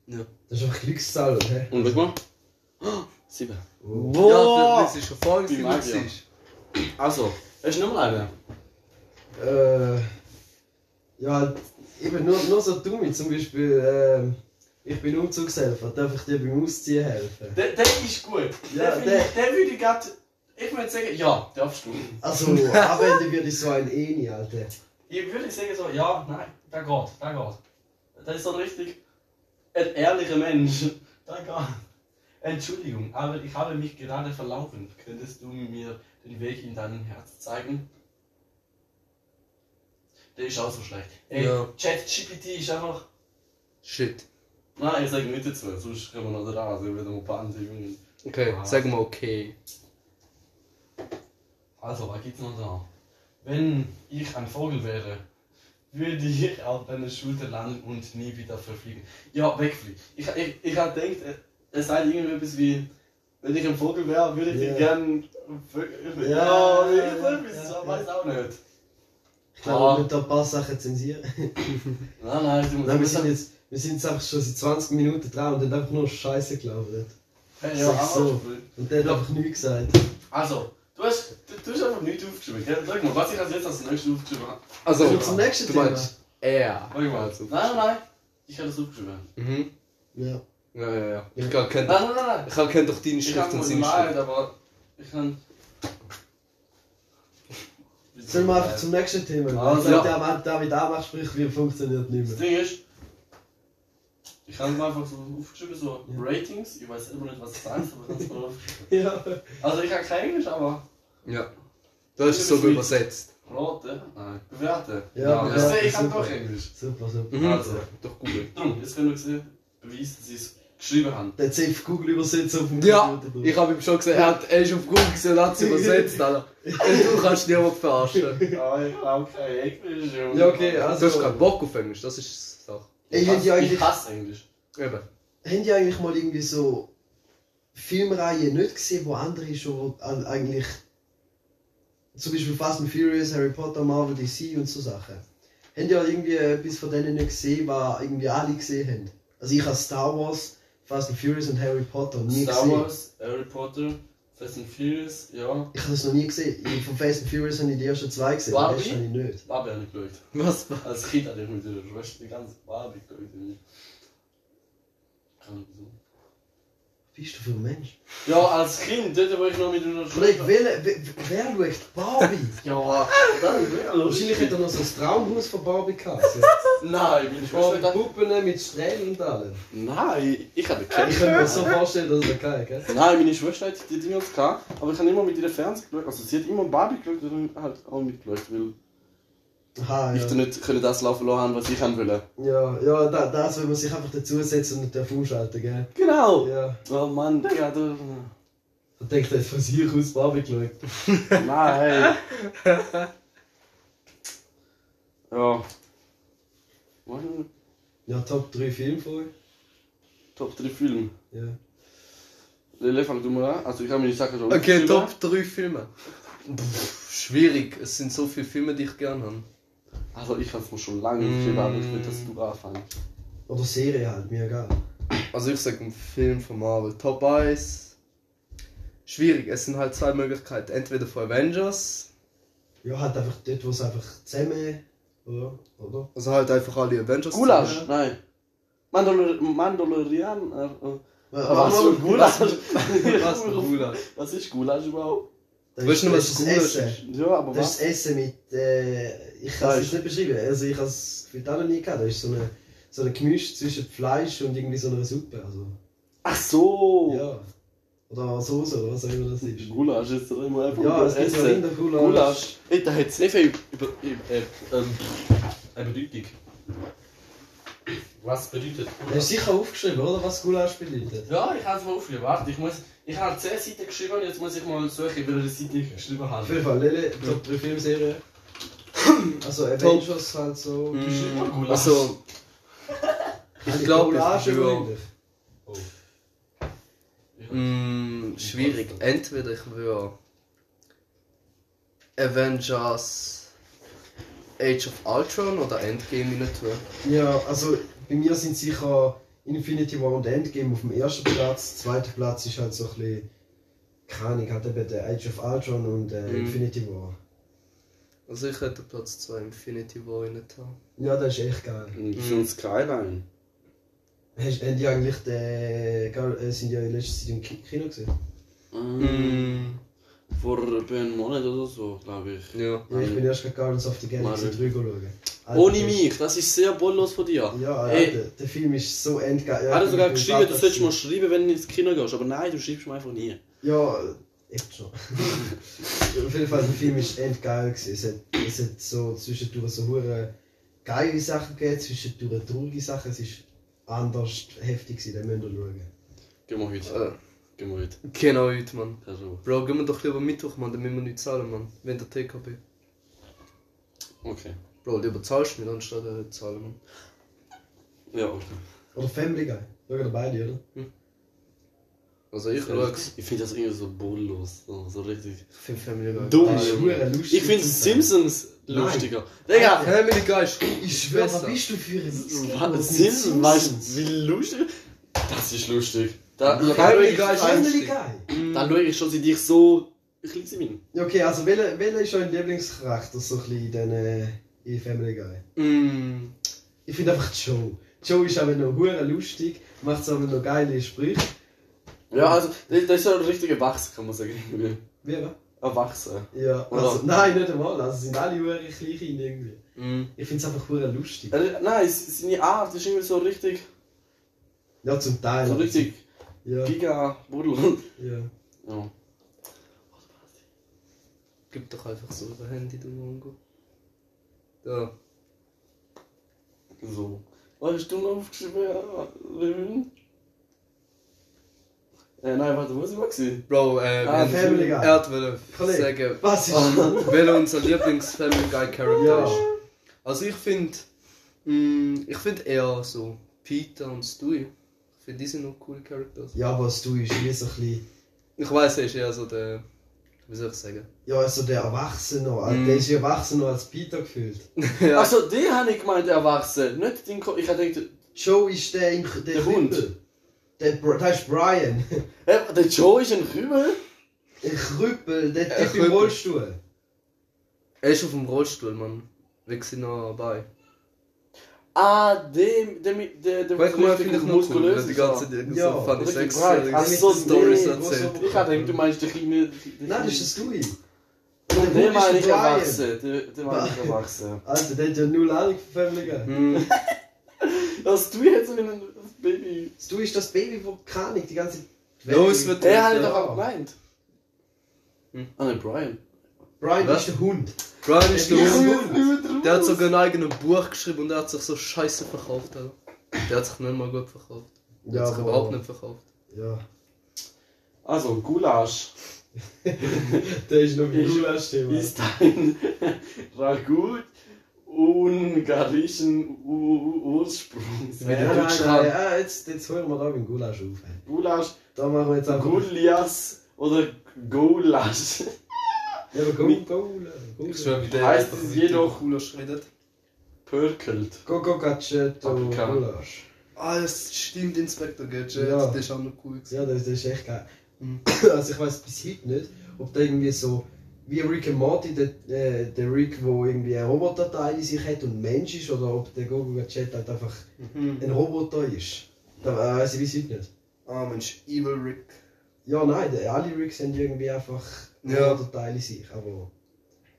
Speaker 3: Das ist einfach Glückszahl, hä?
Speaker 1: Und guck mal. Oh, Sieben.
Speaker 2: Ja, das ist schon voll
Speaker 1: Wie
Speaker 2: gewesen.
Speaker 1: mag ja. Also, es ist nochmal einer.
Speaker 3: Äh, ja, eben nur, nur so dumme, zum Beispiel, ähm, ich bin Umzugshelfer, darf ich dir beim Ausziehen helfen?
Speaker 1: Der, der ist gut.
Speaker 3: Ja,
Speaker 1: der,
Speaker 3: der-
Speaker 1: der, der würde ich grad. Ich würde sagen, ja, darfst du.
Speaker 3: Also, anwenden würde ich so ein eh nicht, Alter.
Speaker 1: Ich würde sagen, so, ja, nein, da geht, da geht. Das ist so richtig. Ein ehrlicher Mensch. Da geht. Entschuldigung, aber ich habe mich gerade verlaufen. Könntest du mir den Weg in dein Herz zeigen? Der ist auch so schlecht. Ey,
Speaker 2: Ja.
Speaker 1: ChatGPT ist einfach.
Speaker 2: Shit.
Speaker 1: Nein, ich sage nicht dazu, sonst können wir noch da, also wieder ein paar andere Jungen.
Speaker 2: Okay,
Speaker 1: Ah.
Speaker 2: sag mal okay.
Speaker 1: Also, was gibt's noch da? Wenn ich ein Vogel wäre, würde ich auf deine Schulter landen und nie wieder verfliegen. Ja, wegfliegen. Ich, ich, ich hab gedacht, äh, es sei irgendetwas wie, wenn ich ein Vogel wäre, würde ich
Speaker 3: Ja.
Speaker 1: dich gern.
Speaker 3: Ja,
Speaker 1: ja,
Speaker 3: ja,
Speaker 1: irgendetwas,
Speaker 3: ja,
Speaker 1: ich
Speaker 3: ja.
Speaker 1: weiß auch nicht.
Speaker 3: Ich glaube,
Speaker 1: Ah.
Speaker 3: wir müssen da ein paar Sachen zensieren.
Speaker 1: Nein, nein, du musst
Speaker 3: Nein, wir sind jetzt, wir sind jetzt einfach schon seit 20 Minuten dran und haben einfach nur Scheiße gelabert.
Speaker 1: Hey, ja,
Speaker 3: Sag
Speaker 1: aber
Speaker 3: so. Und der hat einfach nichts gesagt.
Speaker 1: Also, du hast, du, du hast einfach nichts aufgeschrieben. gell? Schau mal, was ich als jetzt als nächstes aufgeschrieben habe.
Speaker 2: Also,
Speaker 1: Kommen wir zum
Speaker 2: du
Speaker 3: nächsten
Speaker 2: meinst er.
Speaker 1: Warte mal.
Speaker 2: Also.
Speaker 1: Nein, nein, nein. Ich habe das aufgeschrieben.
Speaker 2: Mhm.
Speaker 3: Ja.
Speaker 2: Ja, ja, ja. Ich kann kenn
Speaker 1: Nein, nein,
Speaker 2: doch,
Speaker 1: nein, nein.
Speaker 2: ich kann kenn doch deine
Speaker 1: Ich
Speaker 2: Schrift
Speaker 1: habe
Speaker 2: und
Speaker 1: es
Speaker 2: seine Schrift.
Speaker 1: gemalt, aber ich kann.
Speaker 3: Sollen wir einfach zum nächsten Thema gehen?
Speaker 1: Also,
Speaker 3: Also,
Speaker 1: ja.
Speaker 3: ja. David Anmachsprüche, wie funktioniert nicht
Speaker 1: Das
Speaker 3: mehr.
Speaker 1: Ding ist, ich habe mir einfach so aufgeschrieben, so
Speaker 3: Ja.
Speaker 1: Ratings. Ich weiß selber nicht, was das heißt, aber ganz genau.
Speaker 3: Ja.
Speaker 1: Also, ich habe kein Englisch, aber.
Speaker 2: Ja. Das ist so
Speaker 1: Schweiz.
Speaker 2: übersetzt.
Speaker 1: Rote? Nein. Bewerten?
Speaker 3: Ja,
Speaker 1: Nein.
Speaker 3: bewerten,
Speaker 1: Ich, ich habe
Speaker 3: super.
Speaker 1: doch Englisch.
Speaker 3: Super, super.
Speaker 2: Mhm.
Speaker 1: Also.
Speaker 2: Doch Google.
Speaker 1: Drum, jetzt können wir sehen, beweisen, dass ich es geschrieben habe.
Speaker 3: Der zählt Google übersetzt auf dem
Speaker 2: Ja,
Speaker 3: Computer.
Speaker 2: ich habe ihm schon gesagt, er, hat, er ist auf Google gesehen und hat es übersetzt. Alter. Und du kannst niemanden verarschen.
Speaker 1: Aber Ah, ich habe kein Englisch. Junge.
Speaker 3: Ja, okay, also.
Speaker 2: Du hast keinen Bock auf Englisch, das ist die Sache.
Speaker 3: Ey, habt ihr
Speaker 1: Ich
Speaker 3: eigentlich,
Speaker 1: hasse Englisch.
Speaker 2: Eben.
Speaker 3: habt ihr eigentlich mal irgendwie so Filmreihen nicht gesehen, wo andere schon an- eigentlich. Zum Beispiel Fast and Furious, Harry Potter, Marvel, DC und so Sachen. Habt ihr irgendwie etwas von denen nicht gesehen, was irgendwie alle gesehen haben? Also ich habe Star Wars, Fast and Furious und Harry Potter nie
Speaker 1: Star
Speaker 3: gesehen.
Speaker 1: Wars, Harry Potter, Fast and Furious, ja.
Speaker 3: Ich habe das noch nie gesehen. Ich, von Fast and Furious habe ich die ersten zwei gesehen,
Speaker 1: Barbie?
Speaker 3: den letzten habe ich nicht.
Speaker 1: Barbie habe ich geschaut.
Speaker 2: Was?
Speaker 1: Als Kind hatte ich mit der Schwester die ganze Barbie geschaut. irgendwie. Keine Ahnung,
Speaker 3: Was bist du für ein Mensch?
Speaker 1: wieso. Ja, als Kind, dort wo ich noch mit einer
Speaker 3: Kollege, wer, wer, wer schaut Barbie?
Speaker 1: Ja, das ist mega lustig.
Speaker 3: Wahrscheinlich hat er noch so ein Traumhaus von Barbie gehabt.
Speaker 1: Nein, meine
Speaker 3: So
Speaker 1: Schwester
Speaker 3: mit
Speaker 1: dachte...
Speaker 3: Puppen, mit Strähnen und allem.
Speaker 1: Nein, ich hatte
Speaker 3: Ich
Speaker 1: keine
Speaker 3: könnte mir das so vorstellen, dass er keinen gell?
Speaker 1: Nein, meine Schwester hat die Dinge gehabt, aber ich habe immer mit ihr Fernsehen geschaut. Also sie hat immer Barbie geschaut und dann halt auch mitgeschaut, weil
Speaker 3: Aha,
Speaker 1: ich dann
Speaker 3: ja.
Speaker 1: nicht können das laufen lassen habe, was ich haben wollte.
Speaker 3: Ja, ja da, das, wenn man sich einfach dazusetzt und nicht darf umschalten gell?
Speaker 1: Genau!
Speaker 3: Ja.
Speaker 1: Oh Mann, Digga, du...
Speaker 3: Und denkt, er hat von sich aus Barbie geschaut.
Speaker 1: Nein. ja. Machen
Speaker 3: Ja, Top 3 Filme von euch.
Speaker 1: wir Top 3 Filme.
Speaker 3: Ja.
Speaker 1: Lele, fang du mal an. Also ich habe meine Sachen schon
Speaker 2: Okay,
Speaker 1: aufgeschrieben.
Speaker 2: Top 3 Filme. Pff, schwierig, es sind so viele Filme, die ich gerne habe.
Speaker 1: Also ich habe es mir schon lange aufgeschrieben, aber ich will, dass du anfängst.
Speaker 3: Oder Serie halt, mir egal.
Speaker 2: Also ich sage einen Film von Marvel. Top 1. Schwierig, es sind halt zwei Möglichkeiten. Entweder von Avengers,
Speaker 3: Ja, halt einfach dort, wo es einfach zusammen. Oder? Oder?
Speaker 2: also halt einfach alle Avengers.
Speaker 1: Gulasch? Nein. Mandalor Mandalorian? äh, äh,
Speaker 3: Warte mal,
Speaker 1: für Gulasch?
Speaker 2: Was? Gulasch.
Speaker 1: was ist Gulasch überhaupt?
Speaker 3: das
Speaker 2: Weißt du noch,
Speaker 3: das
Speaker 2: was
Speaker 3: das
Speaker 2: Gulasch
Speaker 3: Essen.
Speaker 2: ist?
Speaker 1: Ja, aber
Speaker 3: Das ist
Speaker 1: was?
Speaker 3: das Essen mit. Äh, ich kann
Speaker 1: Das
Speaker 3: es
Speaker 1: ist-
Speaker 3: jetzt nicht beschreiben. Also, ich habe es für das noch nie gehabt. Das ist so ein so eine Gemisch zwischen Fleisch und irgendwie so einer Suppe. Also,
Speaker 1: Ach so!
Speaker 3: ja. Oder Soße, oder was auch immer das ist.
Speaker 1: Gulasch ist doch immer einfach
Speaker 3: Ja,
Speaker 1: nur
Speaker 3: es gibt so
Speaker 1: Essen.
Speaker 3: Rindergulasch.
Speaker 1: Gulasch. Ey, da hat es nicht viel über, über, äh, ähm, eine Bedeutung. Was bedeutet
Speaker 3: Du hast sicher aufgeschrieben, oder? Was Gulasch bedeutet.
Speaker 1: Ja, ich habe es mal aufgeschrieben. Warte, ich muss... Ich habe 10 Seiten geschrieben und jetzt muss ich mal suchen, welche Seite ich geschrieben
Speaker 3: Auf
Speaker 1: habe.
Speaker 3: jeden Fall, Lele, Top 3 Filmserien. Also, Avengers halt so.
Speaker 2: Mm,
Speaker 1: immer Gulasch.
Speaker 2: Also, ich
Speaker 3: Alle
Speaker 2: glaube, ich
Speaker 3: Gulasch
Speaker 2: würde.
Speaker 3: übrigens.
Speaker 2: Mm, schwierig, entweder ich würde. Avengers. Age of Ultron oder Endgame in tun.
Speaker 3: Ja, also bei mir sind sicher Infinity War und Endgame auf dem ersten Platz. Zweiter Platz ist halt so ein bisschen. Keine Ahnung, hat eben der Age of Ultron und äh,
Speaker 2: Mhm.
Speaker 3: Infinity War.
Speaker 2: Also ich hätte Platz 2 Infinity War in tun.
Speaker 3: Ja, das ist echt geil.
Speaker 1: Schon Skyline.
Speaker 3: Hast, haben die eigentlich den. gar- äh, sind ja in letzter Zeit im Ki- Kino gesehen?
Speaker 2: Mm,
Speaker 1: Vor etwa einem Monat oder so, glaube ich.
Speaker 2: ja.
Speaker 3: Ja, ich bin erst gerade Guardians of the Galaxy
Speaker 1: Marvel.
Speaker 3: 3 schauen. Alter,
Speaker 1: Mhm. Ohne mich, das ist sehr bolllos von dir.
Speaker 3: Also Ja, ja
Speaker 1: Ey,
Speaker 3: der, der Film ist so endgeil. Ja,
Speaker 1: hat er
Speaker 3: ich
Speaker 1: sogar
Speaker 3: bin
Speaker 1: geschrieben,
Speaker 3: gerade
Speaker 1: du solltest mal
Speaker 3: gewesen.
Speaker 1: schreiben, wenn du ins Kino gehst, aber nein, du schreibst mir einfach nie.
Speaker 3: Ja, echt schon. Auf jeden Fall, der Film ist endgeil. gewesen. Es hat, es hat so zwischendurch so hure geile Sachen gegeben, zwischendurch traurige Sachen. Es ist anders heftig gewesen, den müsst ihr schauen.
Speaker 1: Gehen wir heute.
Speaker 2: Äh,
Speaker 1: Gehen wir heute.
Speaker 2: Genau heute, Mann.
Speaker 1: Das ist aber-
Speaker 2: Bro, gehen wir doch lieber Mittwoch, Mann, dann müssen wir nicht zahlen, Mann. Wenn der TKB.
Speaker 1: Okay.
Speaker 2: Bro, lieber zahlst du mir, anstatt äh, zahlen, Mann.
Speaker 1: Ja, okay.
Speaker 3: Oder Family Guy. Schauen wir beide, oder?
Speaker 2: Also ich schaue
Speaker 1: Ich finde das irgendwie so bodenlos. So, so richtig.
Speaker 2: für Family Guy.
Speaker 1: Dumm.
Speaker 3: Das ist hure Ah, lustig
Speaker 1: Ich finde
Speaker 3: zum Teil.
Speaker 1: Simpsons
Speaker 3: Nein.
Speaker 1: lustiger. Digga!
Speaker 2: Family Guy ist
Speaker 3: Ich schwöre, was
Speaker 2: besser.
Speaker 3: bist du für ein
Speaker 1: wa- Simpsons, weißt du, wie lustig? Das ist lustig. Da,
Speaker 2: Ja,
Speaker 1: da,
Speaker 2: Family
Speaker 1: ich,
Speaker 2: Guy ist
Speaker 3: Family
Speaker 2: lustig.
Speaker 3: Guy.
Speaker 1: da schaue ich schon, sie dich so. Ich liebe sie mir.
Speaker 3: Ja, Okay, also welcher, welcher ist euer Lieblingscharakter so ein bisschen in den, äh, in Family Guy?
Speaker 2: Mm,
Speaker 3: Ich finde einfach Joe. Joe ist aber noch hure lustig, macht so aber noch geile Sprüche.
Speaker 1: Ja, also, das das ist ja ein richtiger Wachs, kann man sagen.
Speaker 3: Wie, was?
Speaker 1: Erwachsen.
Speaker 3: Ja,
Speaker 1: Oder?
Speaker 3: also, nein, nicht einmal. Also sind alle hure klein irgendwie.
Speaker 2: mm.
Speaker 3: Ich finde es einfach hure lustig.
Speaker 1: Äh, Nein, es- seine Art ist irgendwie so richtig.
Speaker 3: Ja, zum Teil.
Speaker 1: So
Speaker 3: aber-
Speaker 1: richtig
Speaker 3: Ja,
Speaker 1: Giga-Budel.
Speaker 3: ja.
Speaker 1: Ja.
Speaker 2: Gib doch einfach so ein Handy, du Mongo. Da.
Speaker 1: So. Was hast du noch aufgeschrieben, Levin? Äh, nein, warte, wo sind wir gewesen?
Speaker 2: Bro, äh,
Speaker 1: Ah,
Speaker 2: wir-
Speaker 3: Family Guy.
Speaker 2: er hat wollen
Speaker 3: Kollege.
Speaker 2: sagen, Ah.
Speaker 3: Was ist
Speaker 2: wer unser Lieblings-Family Guy-Charakter
Speaker 3: Ja.
Speaker 2: ist. Also ich finde, ich finde eher so Peter und Stewie. Ich finde, die sind noch coole Characters.
Speaker 3: Ja, was du ist wie so ein bisschen.
Speaker 2: Ich weiß, er ist eher so der, wie soll ich sagen?
Speaker 3: Ja, also der Erwachsene, also
Speaker 2: Mhm.
Speaker 3: der ist erwachsener als Peter gefühlt.
Speaker 2: Ja.
Speaker 1: Achso, den habe ich gemeint, erwachsen. Nicht den Ko Ich habe gedacht,
Speaker 3: Joe ist der im der,
Speaker 1: Der Hund.
Speaker 3: Krüppel. Der, Br- das ist Brian.
Speaker 1: äh, der Joe ist ein Kübel.
Speaker 3: Der Krüppel, der
Speaker 2: Ein
Speaker 3: Typ im
Speaker 2: Krüppel.
Speaker 3: Rollstuhl.
Speaker 2: Er ist auf dem Rollstuhl, Mann. Wir sind noch dabei.
Speaker 1: Ah, dem, dem, der, der,
Speaker 2: Guck mal, finde ich noch cool, wenn die ganze
Speaker 1: ist. Ah.
Speaker 2: Zeit
Speaker 3: Ja,
Speaker 2: so funny
Speaker 1: richtig
Speaker 2: sex
Speaker 1: breit. Ach so,
Speaker 2: Stories
Speaker 1: nee,
Speaker 2: erzählt.
Speaker 1: Ich habe gedacht, du meinst den kleinen.
Speaker 3: Nein, das ist ein Stewie.
Speaker 1: der
Speaker 3: der Hund
Speaker 1: Den
Speaker 3: ist
Speaker 1: meine ich
Speaker 3: der Brian.
Speaker 1: erwachsen. Den den meine ich
Speaker 2: Ah.
Speaker 3: Nein.
Speaker 1: erwachsen.
Speaker 3: Alter, Also, der hat ja null Ahnung von Family Guy.
Speaker 2: Mm.
Speaker 1: Das du jetzt wie ein Baby.
Speaker 3: Stewie ist das Baby, wo keine Ahnung, die ganze
Speaker 2: Los mit
Speaker 1: Der hat ich halt
Speaker 2: dir.
Speaker 1: doch auch gemeint.
Speaker 2: Hm.
Speaker 1: Ah, nein, Brian.
Speaker 3: Brian
Speaker 2: Was?
Speaker 3: ist der Hund.
Speaker 2: Brian ist der
Speaker 3: Ja.
Speaker 2: Hund.
Speaker 1: Hund.
Speaker 2: Der hat sogar ein eigenes Buch geschrieben und der hat sich so scheiße verkauft, Alter. Der hat sich nicht mal gut verkauft. Der hat sich
Speaker 3: aber-
Speaker 2: überhaupt nicht verkauft.
Speaker 3: Ja.
Speaker 1: Also, Gulasch
Speaker 3: Der ist noch
Speaker 1: Ich-
Speaker 3: im Gulasch-Thema.
Speaker 1: ist ein Ragout ungarischen U- Ursprungs.
Speaker 3: Nein,
Speaker 2: der
Speaker 3: nein, nein,
Speaker 2: Deutschland.
Speaker 3: ja, jetzt, jetzt hören wir da mit dem Gulasch auf. ey.
Speaker 1: Gulasch,
Speaker 3: Da machen wir jetzt einfach.
Speaker 1: Gulias oder Gulasch.
Speaker 3: Ja, aber go, go,
Speaker 2: Ich schwöre,
Speaker 3: go.
Speaker 2: wie der
Speaker 1: Heißt
Speaker 2: einfach
Speaker 1: es
Speaker 2: wie der
Speaker 1: jedoch-
Speaker 2: Gulasch redet.
Speaker 1: Pörkelt.
Speaker 3: Go, go, Gadget und
Speaker 1: Paprika.
Speaker 3: Gulasch.
Speaker 2: Ah, das stimmt, Inspector Gadget.
Speaker 3: Ja.
Speaker 2: Das ist auch noch cool. gewesen.
Speaker 3: Ja, das, das ist echt geil.
Speaker 2: Mhm.
Speaker 3: Also ich weiß bis heute nicht, ob da irgendwie so wie Rick and Morty, der, äh, der Rick, wo irgendwie ein Roboterteil in sich hat und Mensch ist, oder ob der Gogo Gadget halt einfach
Speaker 2: Mhm.
Speaker 3: ein Roboter ist. Da weiß ich bis heute nicht.
Speaker 2: Ah, Mensch, Evil Rick.
Speaker 3: Ja, nein, der, alle Ricks haben irgendwie einfach ein
Speaker 2: Ja.
Speaker 3: Roboterteil in sich, aber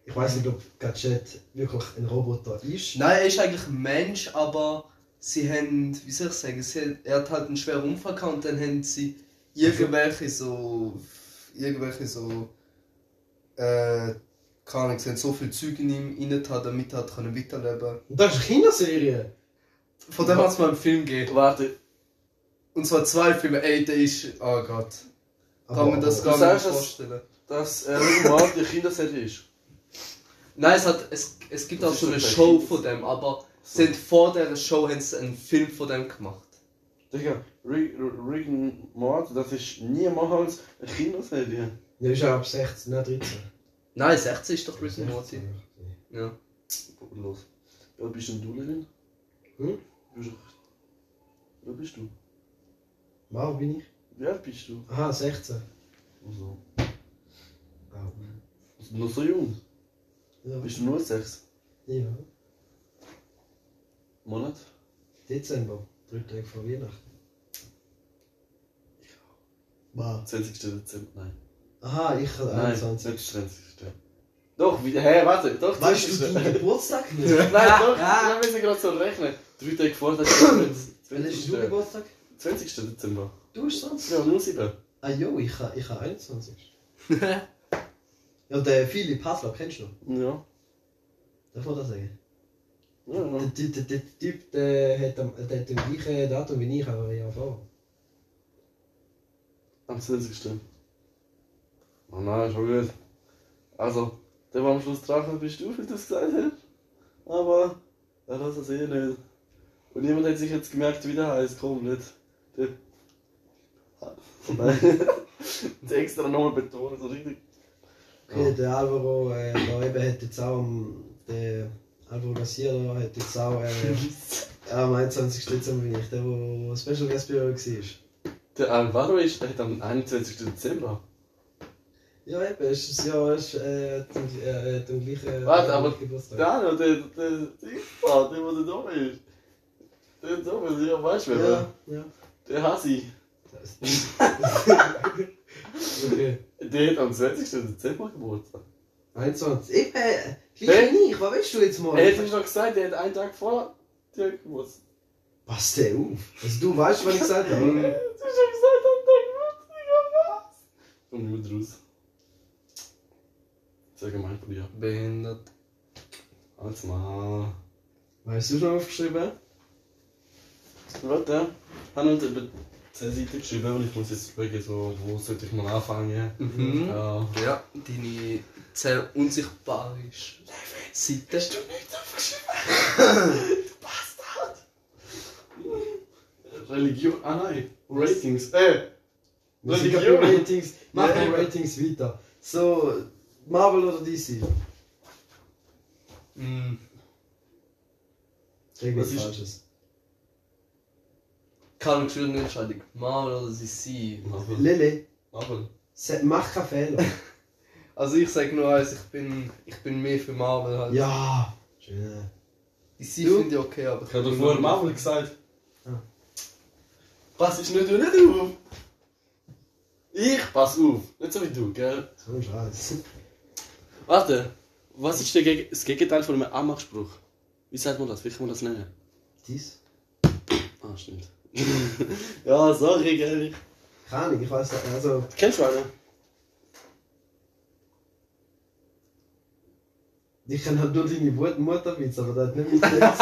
Speaker 3: ich weiß nicht, ob Gadget wirklich ein Roboter ist.
Speaker 2: Nein, er ist eigentlich ein Mensch, aber sie haben, wie soll ich sagen, sie hat, er hat halt einen schweren Unfall gehabt und dann haben sie irgendwelche so. irgendwelche so. äh. keine Ahnung, sie haben so viel Zeug in ihm rein, getan, damit er hat können weiterleben konnte.
Speaker 3: Und das ist eine Kinderserie!
Speaker 2: Von dem hat es mal einen Film gegeben.
Speaker 1: Warte,
Speaker 2: Und zwar zwei Filme. Ey, der ist. Oh Gott. Kann man das
Speaker 1: Du
Speaker 2: gar nicht
Speaker 1: sagst, dass-
Speaker 2: vorstellen.
Speaker 1: dass äh, Rick and Morty eine Kinderserie ist.
Speaker 2: Nein, es, hat, es, es gibt
Speaker 1: Das
Speaker 2: auch
Speaker 1: ist
Speaker 2: so eine
Speaker 1: doch bei
Speaker 2: Show
Speaker 1: Kindern.
Speaker 2: von dem, aber sind vor der Show haben sie einen Film von dem gemacht.
Speaker 1: Digga, Rick, Rick and Morty, das ist niemals eine Kinderserie.
Speaker 3: Ja, ist ja ab ne, 16, nicht 13.
Speaker 2: Nein, 16 ist doch Rick and Morty.
Speaker 3: 16,
Speaker 2: Ja.
Speaker 1: Los. Ja, bist denn du, Levin?
Speaker 3: Hm?
Speaker 1: Bist du... Wer bist du?
Speaker 3: Wow, bin ich?
Speaker 1: Wer bist du?
Speaker 3: Aha, 16.
Speaker 1: Also,
Speaker 3: Wow.
Speaker 1: bist du noch so jung?
Speaker 3: Ja.
Speaker 1: Bist du nur sechs
Speaker 3: ja.
Speaker 1: Monate?
Speaker 3: Dezember, drei Tage vor Weihnachten. Wow.
Speaker 1: 20. Dezember? Nein.
Speaker 3: Aha, ich habe
Speaker 1: Nein,
Speaker 3: 21.
Speaker 1: nicht 20. Doch, wie, hä, warte, doch,
Speaker 3: Weißt du
Speaker 1: 20..
Speaker 3: deinen Geburtstag nicht?
Speaker 1: Nein, doch, ja. wir müssen gerade so rechnen. Drei Tage vor, das ist
Speaker 3: Wann ist dein
Speaker 1: 20.
Speaker 3: Geburtstag?
Speaker 1: 20. Dezember.
Speaker 3: Du bist sonst?
Speaker 1: Ja, nur sieben.
Speaker 3: Ah jo, ich habe ich ha 21. ja, der Philipp Hasler, kennst du noch?
Speaker 1: Ja.
Speaker 3: Darf man das sagen?
Speaker 1: Ja, ja.
Speaker 3: Der, Typ- der, der Typ der hat, am- der hat den gleichen Datum wie ich, aber ein Jahr vor.
Speaker 1: Am 20. Oh nein, schon gut. Also, der war am Schluss Drache, bist du, wie du es gesagt hast. Aber er hat es eh nicht. Und niemand hat sich jetzt gemerkt, wie der heißt, komplett. Der. Nein. Der extra nochmal betont, so richtig.
Speaker 3: Okay, der Alvaro äh, da eben hat jetzt auch am. Der Alvaro Garcia da hat jetzt auch äh, am 21. Dezember bin ich, der, wo Special Guest bei euch war.
Speaker 1: Der Alvaro ist, der hat am 21. Dezember.
Speaker 3: Ja, eben, es ist ja es ist, äh, zum, äh, äh, zum gleichen.
Speaker 1: Warte, aber
Speaker 3: Geburtstag.
Speaker 1: Der, der, der, der, der, der, der da ist. Der da ist, ja, weißt du, wer?
Speaker 3: Ja, ja.
Speaker 1: Der Hassi.
Speaker 3: okay.
Speaker 1: Der hat am 20. Dezember Geburtstag.
Speaker 3: 21. Eben, äh, gleich
Speaker 1: Hey.
Speaker 3: wie ich, was willst du jetzt mal?
Speaker 1: Er hat uns noch gesagt, der hat einen Tag vor dir Geburtstag.
Speaker 3: Pass der auf. Also du weißt, was ich gesagt
Speaker 1: Du hast schon gesagt, einen
Speaker 3: habe.
Speaker 1: Tag vor Digga, was? Komm nicht mehr raus. Sehr gemein von dir.
Speaker 2: Behindert.
Speaker 1: Als mal.
Speaker 3: Weißt du schon aufgeschrieben?
Speaker 1: Warte, haben uns über 10 Seiten geschrieben und ich muss jetzt überlegen, so, wo sollte ich mal anfangen?
Speaker 2: Mhm.
Speaker 1: Ja.
Speaker 2: Ja, deine sehr unsichtbare Seite.
Speaker 1: Hast du nichts aufgeschrieben? du Bastard! Religion, ah nein, Ratings, äh!
Speaker 3: Religion.
Speaker 1: Religion.
Speaker 3: Ratings. Mach die
Speaker 1: Ja.
Speaker 3: Ratings weiter. So, Marvel oder DC?
Speaker 2: Mhm.
Speaker 1: Was
Speaker 3: Irgendwas
Speaker 1: ist-
Speaker 3: Falsches.
Speaker 2: Keine schwierige Entscheidung. Marvel oder DC?
Speaker 1: Marvel.
Speaker 3: Lele,
Speaker 1: Marvel.
Speaker 3: se- mach keinen Fehler.
Speaker 2: Also ich sag nur eins, ich bin, ich bin mehr für Marvel halt.
Speaker 3: ja. Schön.
Speaker 2: DC
Speaker 3: Du?
Speaker 2: finde ich okay, aber
Speaker 1: Ich habe
Speaker 2: bin
Speaker 1: doch vorher
Speaker 2: nur-
Speaker 1: Marvel gesagt.
Speaker 3: Ah.
Speaker 1: Pass ich nicht, nicht auf! Ich pass auf! Nicht so wie du, gell?
Speaker 3: So ein Scheiß.
Speaker 1: Warte, was ist der Geg das Gegenteil von einem Anmachspruch? Wie sagt man das? Wie kann man das nennen?
Speaker 3: Dies?
Speaker 1: Ah, stimmt. ja, sorry, gell?
Speaker 3: Keine Ahnung, ich weiß nicht. Also,
Speaker 1: Kennst du einen?
Speaker 3: ich kann halt nur deine Wut- Mutterwitz, aber das hat nicht mit dem zu tun.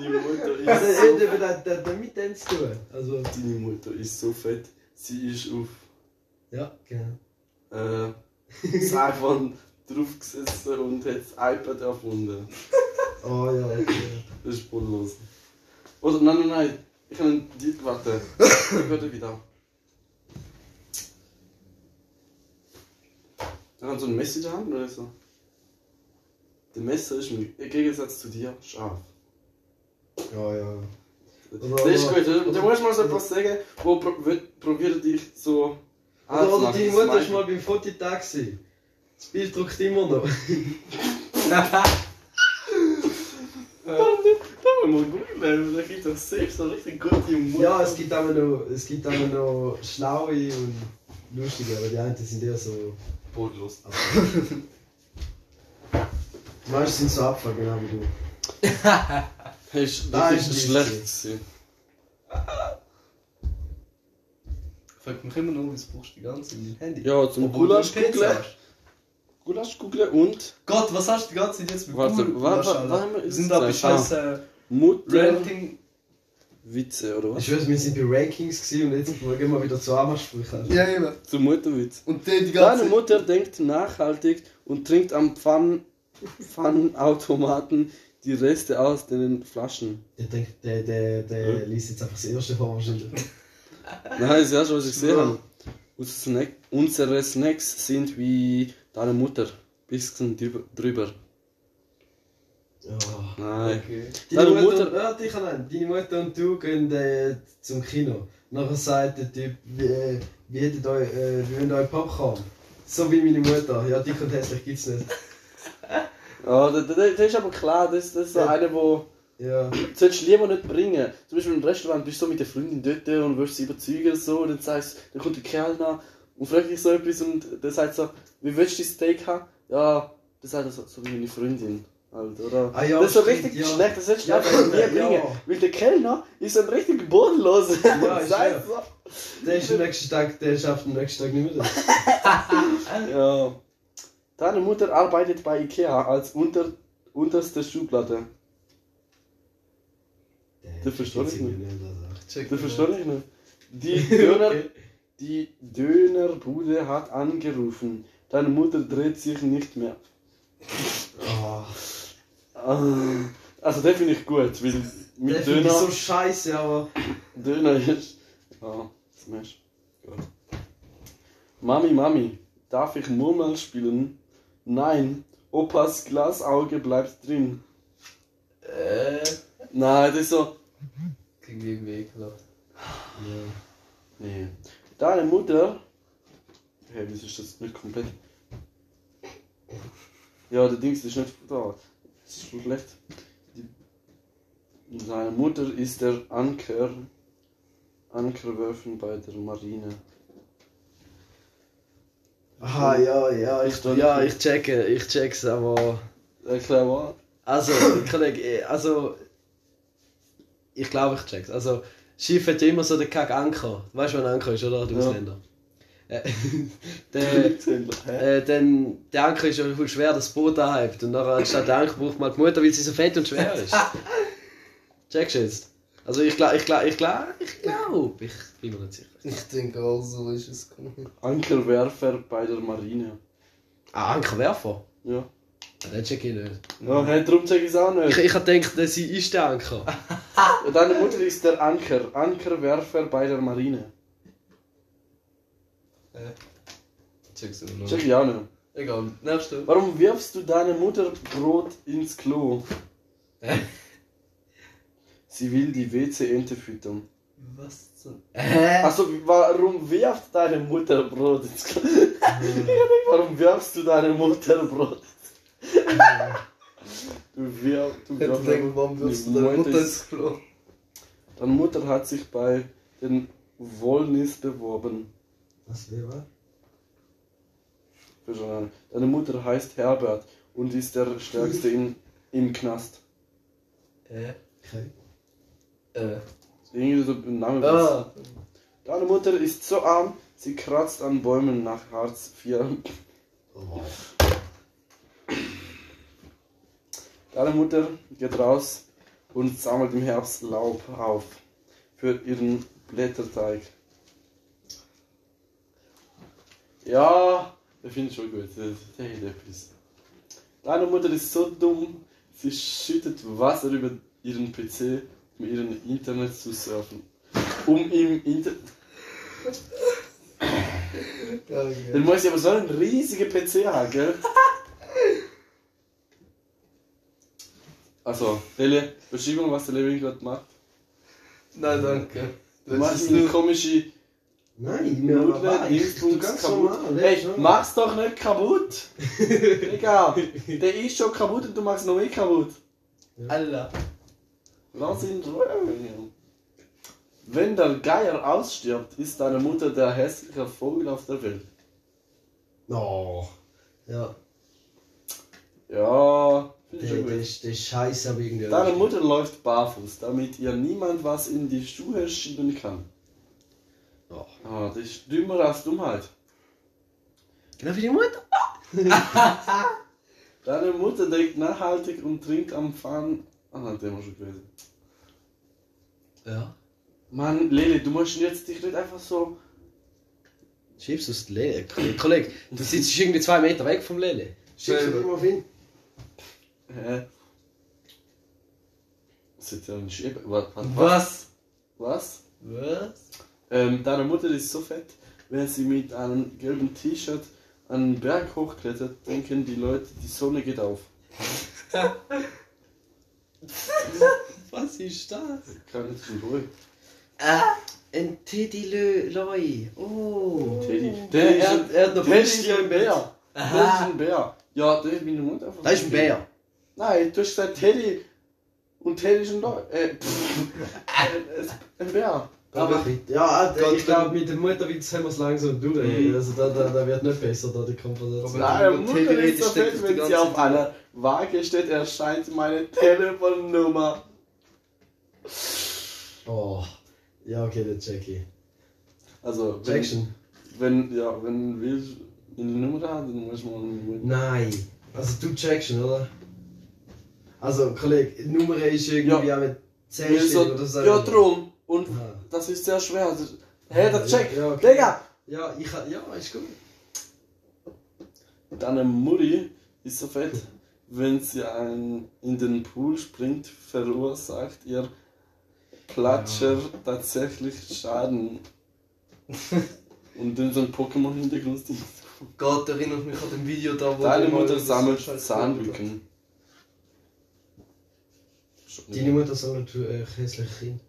Speaker 1: Deine Mutter
Speaker 3: Das
Speaker 1: ist
Speaker 3: hat
Speaker 1: so,
Speaker 3: eben- das hat nicht mit dem zu tun. Also,
Speaker 1: deine Mutter ist so fett. Sie ist auf
Speaker 3: ja, genau.
Speaker 1: äh, das iPhone draufgesessen und hat das iPad erfunden.
Speaker 3: Oh ja, okay.
Speaker 1: Das ist bodenlos. Oder nein, nein, nein. Ich kann die. Warte. Ich werde wieder. Er hat so ein Messer in der Hand oder so. Der Messer ist im Gegensatz zu dir scharf.
Speaker 3: Ja, ja.
Speaker 1: Das ist gut. Da da musst du mal so etwas sagen, wo pro, wo- probiert dich so.
Speaker 3: Oder, oder
Speaker 1: anzumachen.
Speaker 3: deine Mutter ist mal beim Fototag. gewesen. Das Bild druckt immer noch.
Speaker 1: Da muss man googeln, ne? da gibt es safe so richtig gute Mutter.
Speaker 3: ja, es gibt aber noch, es gibt aber noch schlaue und lustige, aber die einen sind eher so.
Speaker 1: bodenlos.
Speaker 3: Die meisten sind so abfall, genau wie du.
Speaker 1: Das
Speaker 3: Das
Speaker 1: das ist
Speaker 3: ist
Speaker 1: schlecht.
Speaker 3: lustig.
Speaker 1: gewesen.
Speaker 2: Fragt mich immer noch, wieso brauchst du die ganze Zeit mein Handy?
Speaker 1: Ja, zum
Speaker 2: Obwohl du
Speaker 1: Gulasch
Speaker 2: einen PC
Speaker 1: googeln.
Speaker 2: hast.
Speaker 1: Gulasch googeln und.
Speaker 2: Gott, was hast du die ganze Zeit jetzt mit
Speaker 1: Warte,
Speaker 2: Google-
Speaker 1: warte,
Speaker 2: Gulasch, Alter?
Speaker 1: warte, ist
Speaker 2: Sind
Speaker 1: es
Speaker 2: da bei
Speaker 1: gleich?
Speaker 2: scheiße
Speaker 1: Mutter.
Speaker 2: Ranting?
Speaker 1: Witze, oder
Speaker 3: Ich
Speaker 1: was?
Speaker 3: weiß, wir sind bei Rankings gewesen und jetzt gehen wir wieder zu Amersprüchen.
Speaker 2: Ja, eben.
Speaker 1: Zu Mutterwitz.
Speaker 2: Und die, die ganze
Speaker 1: Deine Mutter denkt nachhaltig und trinkt am Pfann Pfannenautomaten die Reste aus den Flaschen.
Speaker 3: Ich denke, der, der, der liest jetzt einfach das erste vor wahrscheinlich.
Speaker 1: Nein, ist ja schon, was ich gesehen habe. Unsere Snack- Unsere Snacks sind wie deine Mutter. Bisschen drüber- drüber.
Speaker 3: Ja.
Speaker 1: Nein.
Speaker 2: Okay.
Speaker 3: Deine
Speaker 1: Deine
Speaker 3: Mutter,
Speaker 1: Mutter-
Speaker 3: ja, dich allein. Deine Mutter und du gehen äh, zum Kino. Nachher sagt der Typ, wie, äh, wie hättet euch, äh, wie wollt ihr euch Popcorn? So wie meine Mutter. Ja, dick und hässlich gibt's nicht.
Speaker 1: Ja, das, das ist aber klar, das, das ist so
Speaker 3: Ja.
Speaker 1: einer, wo
Speaker 3: Ja.
Speaker 1: das solltest du lieber nicht bringen. Zum Beispiel im Restaurant bist du so mit der Freundin dort und willst sie überzeugen und so und dann sagst dann kommt der Kellner und fragt dich so etwas und der sagt so, wie willst du dein Steak haben? Ja, das sagt er so, so wie meine Freundin. Halt, oder?
Speaker 3: Ah ja,
Speaker 1: das ist so
Speaker 3: stimmt,
Speaker 1: richtig
Speaker 3: ja.
Speaker 1: schlecht, das solltest du
Speaker 3: Ja,
Speaker 1: einfach nie
Speaker 3: ja.
Speaker 1: bringen. Weil der Kellner ist ein richtig bodenlos.
Speaker 3: Ja, ist
Speaker 1: Sagt
Speaker 3: ja.
Speaker 1: so.
Speaker 3: Der ist am nächsten Tag, der schafft am nächsten Tag nicht mehr das.
Speaker 1: Ja. Deine Mutter arbeitet bei Ikea als unter, unterste Schublade.
Speaker 3: Der
Speaker 1: Das verstehe ich
Speaker 3: versteht sich nicht. also.
Speaker 2: Check
Speaker 1: Das
Speaker 2: mal.
Speaker 1: verstehe ich nicht. Die Döner,
Speaker 3: Okay.
Speaker 1: Die Dönerbude hat angerufen. Deine Mutter dreht sich nicht mehr. Ah, Also den finde ich gut, weil
Speaker 3: Der
Speaker 1: mit
Speaker 3: finde ich
Speaker 1: Döner,
Speaker 3: so scheiße, aber.
Speaker 1: Döner ist... Ah, smash. Gut. Mami, Mami, darf ich Murmel spielen? Nein, Opas Glasauge bleibt drin.
Speaker 2: Äh,
Speaker 1: Nein, das ist so...
Speaker 2: klingt irgendwie ekelhaft.
Speaker 1: Nee. Deine Mutter... Hä, hey, wieso ist das nicht komplett? Ja, der Dings ist nicht da. Das ist schlecht. Die... Seine Mutter ist der Anker. Ankerwerfen bei der Marine.
Speaker 5: Ah,
Speaker 3: Aha, ja, ja, ich,
Speaker 1: Ich danke.
Speaker 3: ja, ich checke, ich check's, aber.
Speaker 1: Erklär mal.
Speaker 3: Also,
Speaker 5: Kollege, also. Ich glaube, ich check's. Also, Schiff hat ja immer so den Kack Anker. Weißt du, was ein Anker ist, oder? Du
Speaker 1: Ja.
Speaker 5: Ausländer. Äh, der,
Speaker 1: Hä?
Speaker 5: äh, dann, der Anker ist ja voll schwer, das Boot anhebt. Und nachher anstatt der Anker braucht man halt die Mutter, weil sie so fett und schwer ist. Checkst du jetzt? Also, ich glaube, ich glaube, ich glaube, ich glaube, ich bin mir nicht sicher.
Speaker 2: Ich denke auch, so ist es gekommen.
Speaker 1: Ankerwerfer bei der Marine.
Speaker 5: Ah, Ankerwerfer?
Speaker 1: Ja.
Speaker 5: Ja, Den check ich nicht.
Speaker 1: Ja, hey, darum check ich es auch
Speaker 5: Ich,
Speaker 1: nicht.
Speaker 5: ich hab gedacht, dass sie ist der Anker.
Speaker 1: Deine Mutter ist der Anker. Ankerwerfer bei der Marine.
Speaker 2: Check's auch noch.
Speaker 1: Check ich auch nicht.
Speaker 2: Egal, nervst du?
Speaker 1: Warum wirfst du deine Mutter Brot ins Klo?
Speaker 2: Hä?
Speaker 1: Sie will die WC-Ente füttern.
Speaker 2: Was zum...
Speaker 1: Also, warum wirft deine Mutter Brot ins Klo?
Speaker 2: Mhm.
Speaker 1: warum wirfst du deine Mutter Brot? du wirfst. Du
Speaker 2: Ich hätte denken, warum wirst du deine Mutter ins Klo?
Speaker 1: Deine Mutter hat sich bei den Wollnis beworben.
Speaker 3: Was wäre?
Speaker 1: Für so eine- Deine Mutter heißt Herbert und ist der Stärkste in, im Knast.
Speaker 2: Äh,
Speaker 3: Okay.
Speaker 2: äh.
Speaker 1: Irgendwie so ein Name.
Speaker 2: Ah,
Speaker 1: Deine Mutter ist so arm, sie kratzt an Bäumen nach Hartz IV.
Speaker 3: Oh,
Speaker 1: Deine Mutter geht raus und sammelt im Herbst Laub auf für ihren Blätterteig. Ja, das finde ich schon gut. Das ist echt etwas. Deine Mutter ist so dumm, sie schüttet Wasser über ihren PC, um ihren Internet zu surfen. Um im Internet.
Speaker 2: geil,
Speaker 1: Dann muss ich aber so einen riesigen PC haben, gell? Also, Lele, Beschreibung, was der Levin gerade macht.
Speaker 2: Nein, danke.
Speaker 1: Du
Speaker 2: Das
Speaker 1: machst
Speaker 2: ist
Speaker 1: eine
Speaker 2: nur-
Speaker 1: komische
Speaker 3: Nein, mir
Speaker 1: Nudel,
Speaker 3: aber
Speaker 1: Dingsbums kaputt. Ey,
Speaker 3: mach!
Speaker 1: mach's doch nicht kaputt! Digga, der ist schon kaputt und du machst noch mehr kaputt.
Speaker 2: Allah.
Speaker 1: Lass ihn in Ruhe. Wenn der Geier ausstirbt, ist deine Mutter der hässliche Vogel auf der Welt.
Speaker 3: No. Ja,
Speaker 1: Ja, finde
Speaker 3: der,
Speaker 1: ich schon
Speaker 3: der,
Speaker 1: gut.
Speaker 3: ist- der ist scheiße, aber irgendwie.
Speaker 1: Deine Mutter läuft barfuß, damit ihr niemand was in die Schuhe schieben kann.
Speaker 3: Oh.
Speaker 1: Ah, das ist dümmer als Dummheit.
Speaker 5: Genau wie die Mutter.
Speaker 1: Deine Mutter denkt nachhaltig und trinkt am Fahren. Ah, den haben wir schon gelesen.
Speaker 5: Ja.
Speaker 1: Mann, Lele, du musst jetzt dich nicht einfach so.
Speaker 5: Schiebst du es Lele? Kollege, du sitzt irgendwie zwei Meter weg vom Lele.
Speaker 3: Schickst du
Speaker 2: Selber.
Speaker 3: immer auf ihn?
Speaker 1: Hä? Das ist ja ein Schieb. Was? Was?
Speaker 2: Was?
Speaker 1: was?
Speaker 2: Was?
Speaker 1: Ähm, deine Mutter ist so fett, wenn sie mit einem gelben T-Shirt einen Berg hochklettert, denken die Leute, die Sonne geht auf.
Speaker 5: Was ist das?
Speaker 1: Kann ich nicht ruhig.
Speaker 5: Ah, ein Teddy Lö Loi. Oh.
Speaker 1: Teddy.
Speaker 5: Der,
Speaker 1: Teddy ist
Speaker 5: er,
Speaker 1: ein-
Speaker 5: hat- er hat noch
Speaker 1: Teddy
Speaker 5: Brüste
Speaker 1: ist ein Bär. Teddy ist ein Bär. Ja, das ist meine Mutter.
Speaker 5: Da ist ein Bär.
Speaker 1: Nein, du hast gesagt Teddy. Und Teddy ist ein Leu. Äh, pff, ein Bär.
Speaker 3: Aber,
Speaker 5: Aber-
Speaker 3: ja, Alter,
Speaker 5: Gott,
Speaker 3: ich glaube, mit dem Mutterwitz haben wir es langsam durch.
Speaker 1: Mhm.
Speaker 3: Also, da, da, da wird nicht besser, da die Konversation.
Speaker 2: Aber-
Speaker 1: Nein, Mutter
Speaker 2: Teddy
Speaker 1: ist so
Speaker 2: steckt
Speaker 1: fett,
Speaker 2: die
Speaker 1: wenn sie
Speaker 2: ganze
Speaker 1: auf
Speaker 2: Zeit-
Speaker 1: einer Waage steht, erscheint meine Telefonnummer.
Speaker 3: Oh. Ja, okay, den check ich.
Speaker 1: Also, wenn,
Speaker 3: Jackson?
Speaker 1: wenn, ja, wenn wir eine Nummer haben, dann muss man eine Nummer.
Speaker 3: Nein. Also, du Jackson, oder? Also, Kollege, die Nummer ist irgendwie
Speaker 1: Ja.
Speaker 3: auch mit 10
Speaker 1: Ja,
Speaker 3: Stück
Speaker 1: so,
Speaker 3: oder so.
Speaker 1: ja, drum. Und
Speaker 3: Ah.
Speaker 1: das ist sehr schwer. Das- Hä, Also, hey, das check.
Speaker 3: Ja, okay.
Speaker 1: Digga,
Speaker 5: Ja, ich ha- ja, ist gut.
Speaker 1: Deine Mutti ist so fett, wenn sie einen in den Pool springt, verursacht ihr Platscher tatsächlich Schaden. Und in so einem Pokémon-Hintergrund ist die-
Speaker 2: Gott, erinnert mich an dem Video da, wo...
Speaker 1: Deine
Speaker 2: die mal
Speaker 1: Mutter
Speaker 2: das
Speaker 1: sammelt
Speaker 2: Scheiß-
Speaker 1: Zahnlücken.
Speaker 3: Deine Mutter sammelt äh, hässliche Kinder.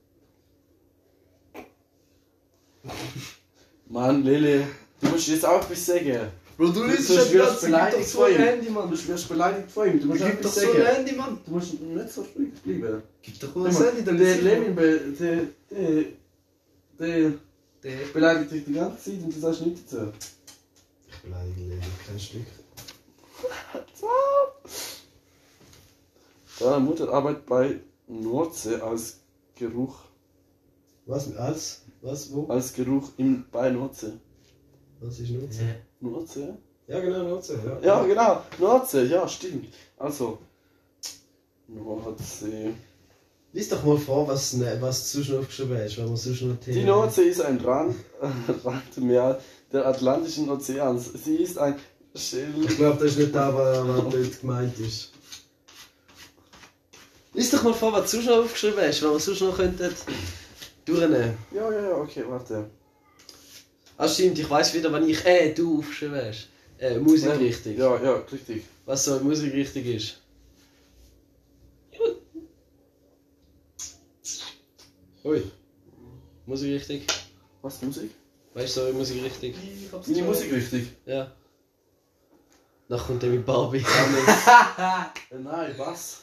Speaker 1: Mann, Lele, du musst jetzt auch etwas sagen.
Speaker 2: Bro, du
Speaker 1: Du
Speaker 2: liest
Speaker 1: wirst
Speaker 2: schon wieder zu
Speaker 1: beleidigt
Speaker 2: so ein
Speaker 1: von ihm.
Speaker 2: Handy, Mann.
Speaker 1: Du wirst beleidigt von ihm. Du musst
Speaker 2: Gib doch
Speaker 1: etwas
Speaker 2: so ein
Speaker 1: sagen.
Speaker 2: Handy, Mann.
Speaker 1: Du musst nicht so ruhig bleiben.
Speaker 2: Gib doch
Speaker 1: Guck
Speaker 2: ein
Speaker 1: mal,
Speaker 2: Handy, dann
Speaker 1: der
Speaker 2: liest
Speaker 1: Levin, be- der, der, äh, der
Speaker 2: Der-
Speaker 1: beleidigt dich die ganze Zeit und du sagst nichts dazu.
Speaker 3: Ich beleidige Leben, kein Stück.
Speaker 1: Deine Mutter arbeitet bei Nordsee als Geruch,
Speaker 3: Was mit als? Was? Wo?
Speaker 1: als Geruch im, bei Nordsee.
Speaker 3: Was ist Nutze?
Speaker 1: Nordsee?
Speaker 3: Ja, genau, Nutze. Ja.
Speaker 1: Ja, genau, Nordsee, ja, stimmt. Also, Nordsee.
Speaker 3: Lies doch mal vor, was, ne, was du schon aufgeschrieben hast, wenn man so schon
Speaker 1: Die Nordsee ist ein Rand, Randmeer der Atlantischen Ozeans. Sie ist ein Schild.
Speaker 3: Ich glaube, das ist nicht da, was dort gemeint ist.
Speaker 5: Lies doch mal vor, was du schon aufgeschrieben hast, wenn wir sonst noch könnten durchnehmen.
Speaker 1: Ja, ja, ja, okay, warte.
Speaker 5: Ah, stimmt, ich weiss wieder, wenn ich äh, du aufgeschrieben hast. Äh, Musikrichtung.
Speaker 1: Ja, ja, richtig.
Speaker 5: Was so eine Musikrichtung ist. Ui. Musikrichtung.
Speaker 1: Was, Musik?
Speaker 5: Weißt du, so eine Musikrichtung?
Speaker 1: Meine Musik richtig?
Speaker 5: Ja. Dann kommt der mit Barbie.
Speaker 1: Ah, Äh, nein, was?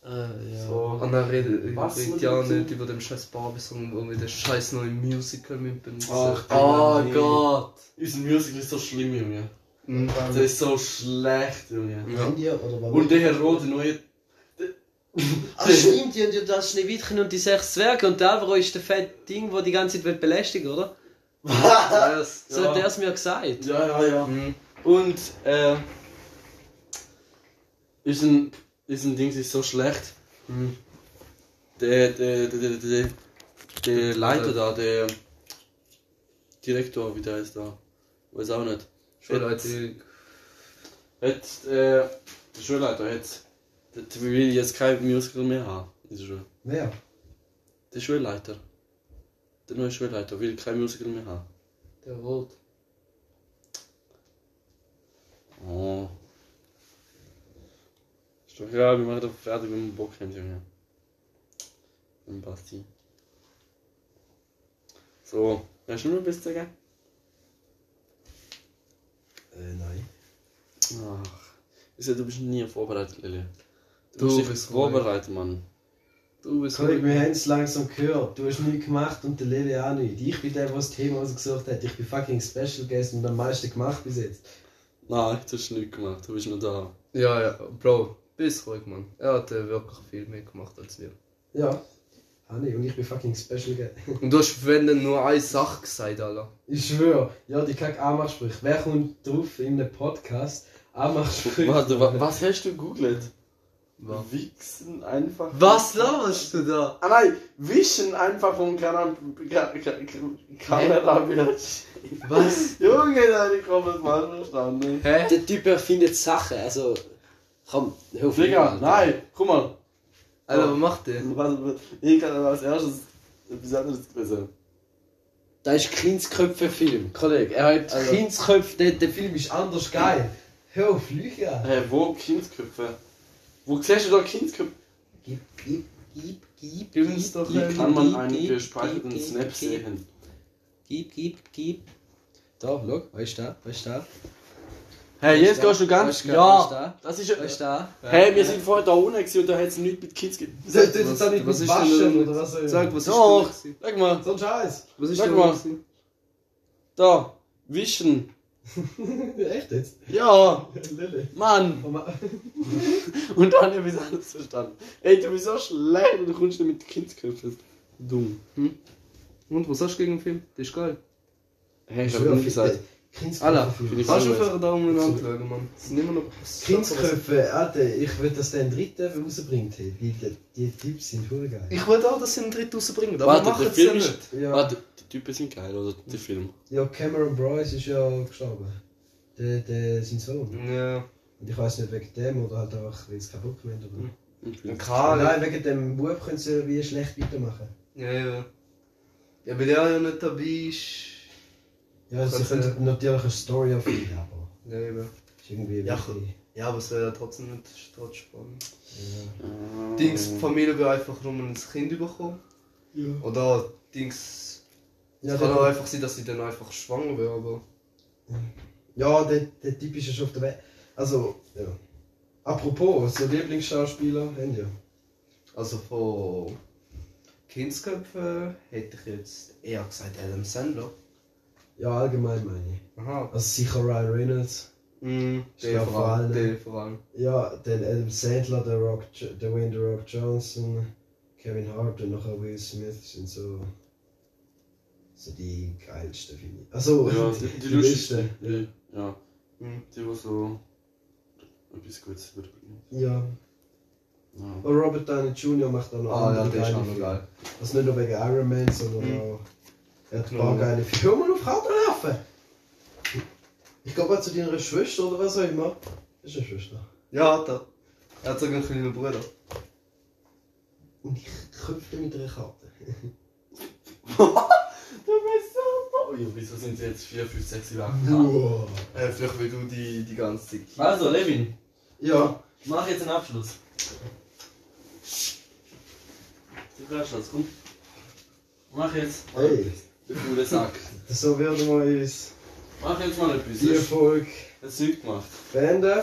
Speaker 5: ah, ja.
Speaker 1: So.
Speaker 2: Und dann redet
Speaker 1: Was
Speaker 2: redet
Speaker 1: mit
Speaker 2: ja
Speaker 1: dem
Speaker 2: nicht über den scheiß Barbie-Song, wo wir den scheiß neuen Musical mit benutzen.
Speaker 1: Ach,
Speaker 2: oh
Speaker 1: nee.
Speaker 2: Gott!
Speaker 1: Unser Musical ist so schlimm, Junge.
Speaker 2: Mhm.
Speaker 1: Das Also ist so schlecht, Junge.
Speaker 2: Ja.
Speaker 3: India oder was?
Speaker 1: Und der Herr Roth, der neue.
Speaker 5: Ach stimmt, die haben ja das Schneewittchen und die sechs Zwerge und der Alvaro ist der fette Ding, der die ganze Zeit belästigen will, oder?
Speaker 2: Yes.
Speaker 5: So
Speaker 1: Ja.
Speaker 5: hat er es mir gesagt.
Speaker 1: Ja, ja, ja.
Speaker 2: Mhm.
Speaker 1: Und, äh. Ist ein. Ist ein Ding, ist so schlecht.
Speaker 2: Mhm.
Speaker 1: Der, der, der, der, der, der Leiter da, der. Direktor, wie der heißt da. Weiß auch nicht.
Speaker 2: Schon Leute,
Speaker 1: Hat, äh. Der Schulleiter hat. Der der will jetzt kein Musical mehr haben in der Schule.
Speaker 3: Wer?
Speaker 1: Der Schulleiter. Der neue Schulleiter will kein Musical mehr haben.
Speaker 2: der Rot.
Speaker 1: Oh. Ist doch egal, wir machen doch fertig, wenn wir Bock haben, Junge. Mit Basti. So, wer schon mal bist, Digga?
Speaker 3: Äh, nein.
Speaker 1: Ach. Ist ja, du bist nie vorbereitet, Lilly.
Speaker 2: Du
Speaker 1: dich
Speaker 2: bist
Speaker 1: vorbereitet, Mann.
Speaker 2: Du bist
Speaker 3: Kollege, wir haben es langsam gehört. Du hast nichts gemacht und der Lele auch nicht. Ich bin der, der das Thema ausgesucht hat. Ich bin fucking Special Guest und am meisten gemacht bis jetzt.
Speaker 1: Nein, das hast du nicht gemacht, du bist nur da.
Speaker 2: Ja, ja, Bro, bist ruhig, Mann. Er hat äh, wirklich viel mehr gemacht als wir.
Speaker 3: Ja. Hanni, und ich bin fucking Special Guest.
Speaker 2: Und du hast, wenn dann nur eine Sache gesagt, Alter.
Speaker 3: Ich schwöre, ja, die kack Amachsprüche. Wer kommt drauf in einem Podcast? Amachsprüche.
Speaker 1: Warte, wa was hast du gegoogelt?
Speaker 2: Was?
Speaker 1: Wichsen einfach.
Speaker 2: Was laberst du da?
Speaker 1: Ah nein, wischen einfach vom Kanal. Ka Ka Ka- Kamerabild.
Speaker 2: Was?
Speaker 1: Junge, da hab ich komplett mal verstanden.
Speaker 2: Hä?
Speaker 5: Der Typ erfindet Sachen, also. Komm, hör auf.
Speaker 1: Digga,
Speaker 5: Alter.
Speaker 1: nein, guck mal.
Speaker 2: Alter, was macht der?
Speaker 1: Warte, Ich kann aber als erstes etwas anderes gewesen.
Speaker 5: Da ist Kindsköpfe-Film, Kollege. Er hat
Speaker 3: Also-
Speaker 5: Kindsköpfe, der, der
Speaker 3: Der Film ist anders geil. Hör auf, Lüge an.
Speaker 1: Hä, wo Kindsköpfe? Wo siehst du da Kindsköpfe?
Speaker 3: Gib, gib, gib, gib.
Speaker 2: Gib uns doch
Speaker 1: Wie
Speaker 2: einen.
Speaker 1: kann man
Speaker 5: gib,
Speaker 1: einen
Speaker 5: gib,
Speaker 1: gespeicherten
Speaker 5: gib,
Speaker 1: Snap
Speaker 5: gib.
Speaker 1: sehen?
Speaker 5: Gib, gib, gib. Da, schau, weißt du da, weißt du da?
Speaker 1: Hey, jetzt
Speaker 5: da,
Speaker 1: gehst du ganz.
Speaker 5: weißt du, weißt du
Speaker 1: Ja,
Speaker 5: da?
Speaker 1: das
Speaker 5: Weißt
Speaker 1: ist.
Speaker 5: du da?
Speaker 1: Hey, wir sind vorher da unten gewesen und da hat es nichts mit Kids gegeben.
Speaker 3: Sollt ihr jetzt auch nicht
Speaker 2: Was
Speaker 3: mit
Speaker 2: ist denn
Speaker 3: waschen
Speaker 2: da?
Speaker 3: oder was soll ich?
Speaker 2: Sag, was ist
Speaker 1: Doch.
Speaker 2: denn da?
Speaker 1: Sag mal,
Speaker 3: So ein Scheiß.
Speaker 2: Was ist
Speaker 1: Sag
Speaker 2: denn
Speaker 1: mal.
Speaker 2: da? gewesen?
Speaker 1: da, wischen.
Speaker 3: Echt jetzt?
Speaker 1: Ja,
Speaker 3: Lille.
Speaker 1: Mann.
Speaker 3: Oh Mann.
Speaker 1: Und dann habe ich es alles verstanden. Ey, du bist so schlecht und du kommst nicht mit Kindsköpfen. Dumm.
Speaker 2: Und was hast du gegen den Film? Der ist geil.
Speaker 1: Hey,
Speaker 3: Ich schwöre, Kindsköpfe.
Speaker 2: Alla,
Speaker 3: Film.
Speaker 1: ich-
Speaker 2: kannst du aufhören, da umeinander zu schauen, Mann? Es sind immer noch...
Speaker 3: Kindsköpfe, Alter, ich will, dass der einen dritten rausbringt. hey. Die, die, die Tipps sind hure geil.
Speaker 2: Ich würde auch, dass sie einen dritten rausbringen, aber
Speaker 1: Warte,
Speaker 2: machen
Speaker 1: der
Speaker 2: sie ja
Speaker 1: Film
Speaker 2: nicht.
Speaker 1: ist...
Speaker 3: Ja.
Speaker 1: Warte, Ah, die Typen sind geil, oder? Der Film.
Speaker 3: Ja, Cameron Bryce ist ja gestorben. Der, der sein Sohn.
Speaker 2: Ja.
Speaker 3: Und ich weiß nicht wegen dem oder halt einfach, weil es kaputt gemacht hat, oder?
Speaker 1: Im
Speaker 2: Karl.
Speaker 3: Nein, wegen dem Bub können sie wie schlecht weitermachen.
Speaker 2: Ja, ja. Ja, weil er ja nicht dabei ist.
Speaker 3: Ja, sie
Speaker 2: Kannst
Speaker 3: können natürlich eine Story erfinden, aber
Speaker 2: Ja, eben.
Speaker 3: ist irgendwie
Speaker 2: Ja,
Speaker 3: wirklich.
Speaker 2: Ja, aber es wäre ja trotzdem nicht ist trotzdem spannend.
Speaker 3: Ja.
Speaker 1: Ah.
Speaker 2: Dings,
Speaker 1: Oh.
Speaker 2: die Familie will einfach nur ein Kind bekommen.
Speaker 3: Ja.
Speaker 2: Oder Dings.
Speaker 3: Ja,
Speaker 2: es kann auch
Speaker 3: der,
Speaker 2: einfach sein, dass sie dann einfach schwanger wäre, aber.
Speaker 3: ja der, der Typ ist ja schon auf der Welt. Also, ja. Apropos, so Lieblingsschauspieler, haben ja.
Speaker 2: Also von Kindsköpfen hätte ich jetzt eher gesagt Adam Sandler.
Speaker 3: Ja, allgemein meine ich.
Speaker 2: Aha.
Speaker 3: Also sicher Ryan Reynolds.
Speaker 2: Mhm,
Speaker 3: Ja,
Speaker 2: der
Speaker 3: vor
Speaker 2: vor allem.
Speaker 3: allem.
Speaker 2: Der vor allem.
Speaker 3: Ja, dann Adam Sandler, der Rock, Jo- der Wayne The Rock Johnson, Kevin Hart und nachher Will Smith sind so. so die geilsten, finde ich. Also,
Speaker 1: Ja, die, die lustigsten.
Speaker 3: besten. Ja.
Speaker 1: Ja.
Speaker 2: Mhm.
Speaker 1: Die, die so etwas Gutes überbringen.
Speaker 3: ja.
Speaker 1: Ja.
Speaker 3: Und Robert Downey Jr. macht auch noch
Speaker 2: Ah, ja,
Speaker 3: andere
Speaker 2: der ist
Speaker 3: geile
Speaker 2: auch noch
Speaker 3: Filme.
Speaker 2: geil.
Speaker 3: Also nicht nur wegen Iron Man, sondern
Speaker 2: Mhm.
Speaker 3: auch. Er hat ein
Speaker 2: Genau.
Speaker 3: paar geile Filme. Hör mal auf, Hand laufen! Ich glaube auch zu deiner Schwester oder was auch immer. Ist eine Schwester.
Speaker 2: Ja, hat er. Er hat sogar einen kleinen Bruder.
Speaker 3: Und ich köpfe mit einer Karte.
Speaker 1: Du bist so Ja, wieso sind sie jetzt 4, 5, 6, 7, 8?
Speaker 3: Wow.
Speaker 2: Äh, vielleicht will du die, die ganze Zeit.
Speaker 5: Also, Levin,
Speaker 3: Ja,
Speaker 5: mach jetzt einen Abschluss.
Speaker 1: Du kannst das, komm.
Speaker 5: Mach jetzt.
Speaker 3: hey,
Speaker 1: Du cooler Sack.
Speaker 3: so werden wir uns.
Speaker 1: Mach jetzt mal etwas.
Speaker 3: die
Speaker 1: Du
Speaker 3: Erfolg
Speaker 1: hast nichts gemacht.
Speaker 3: beenden.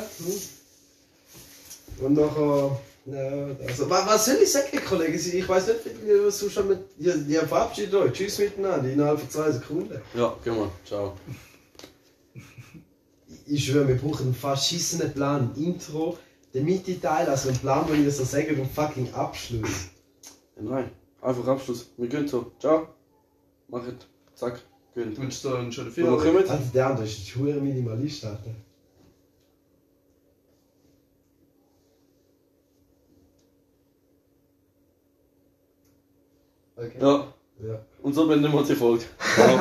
Speaker 3: Und nachher. Ja, also, wa- was soll ich sagen, Kollege? Sie- Ich weiß nicht, wie- was du schon mit. Ja, ja verabschiedet euch. Tschüss miteinander. Innerhalb von zwei Sekunden.
Speaker 1: Ja, geh mal. Ciao.
Speaker 3: Ich- Ich schwöre, wir brauchen einen verschissenen Plan. Ein Intro, den Mitteil, also einen Plan, wo ihr so sagen und fucking Abschluss.
Speaker 1: Nein, einfach Abschluss. Wir gehen so. Ciao. Mach es. Zack. Gehen.
Speaker 2: Ich wünsche dir einen schönen
Speaker 1: Wir
Speaker 2: Film.
Speaker 1: machen mit.
Speaker 3: Also, der andere ist ein schwuler Minimalist, Alter.
Speaker 2: Okay.
Speaker 1: Ja.
Speaker 3: Ja.
Speaker 1: Und so beenden wir die Folge. Ciao.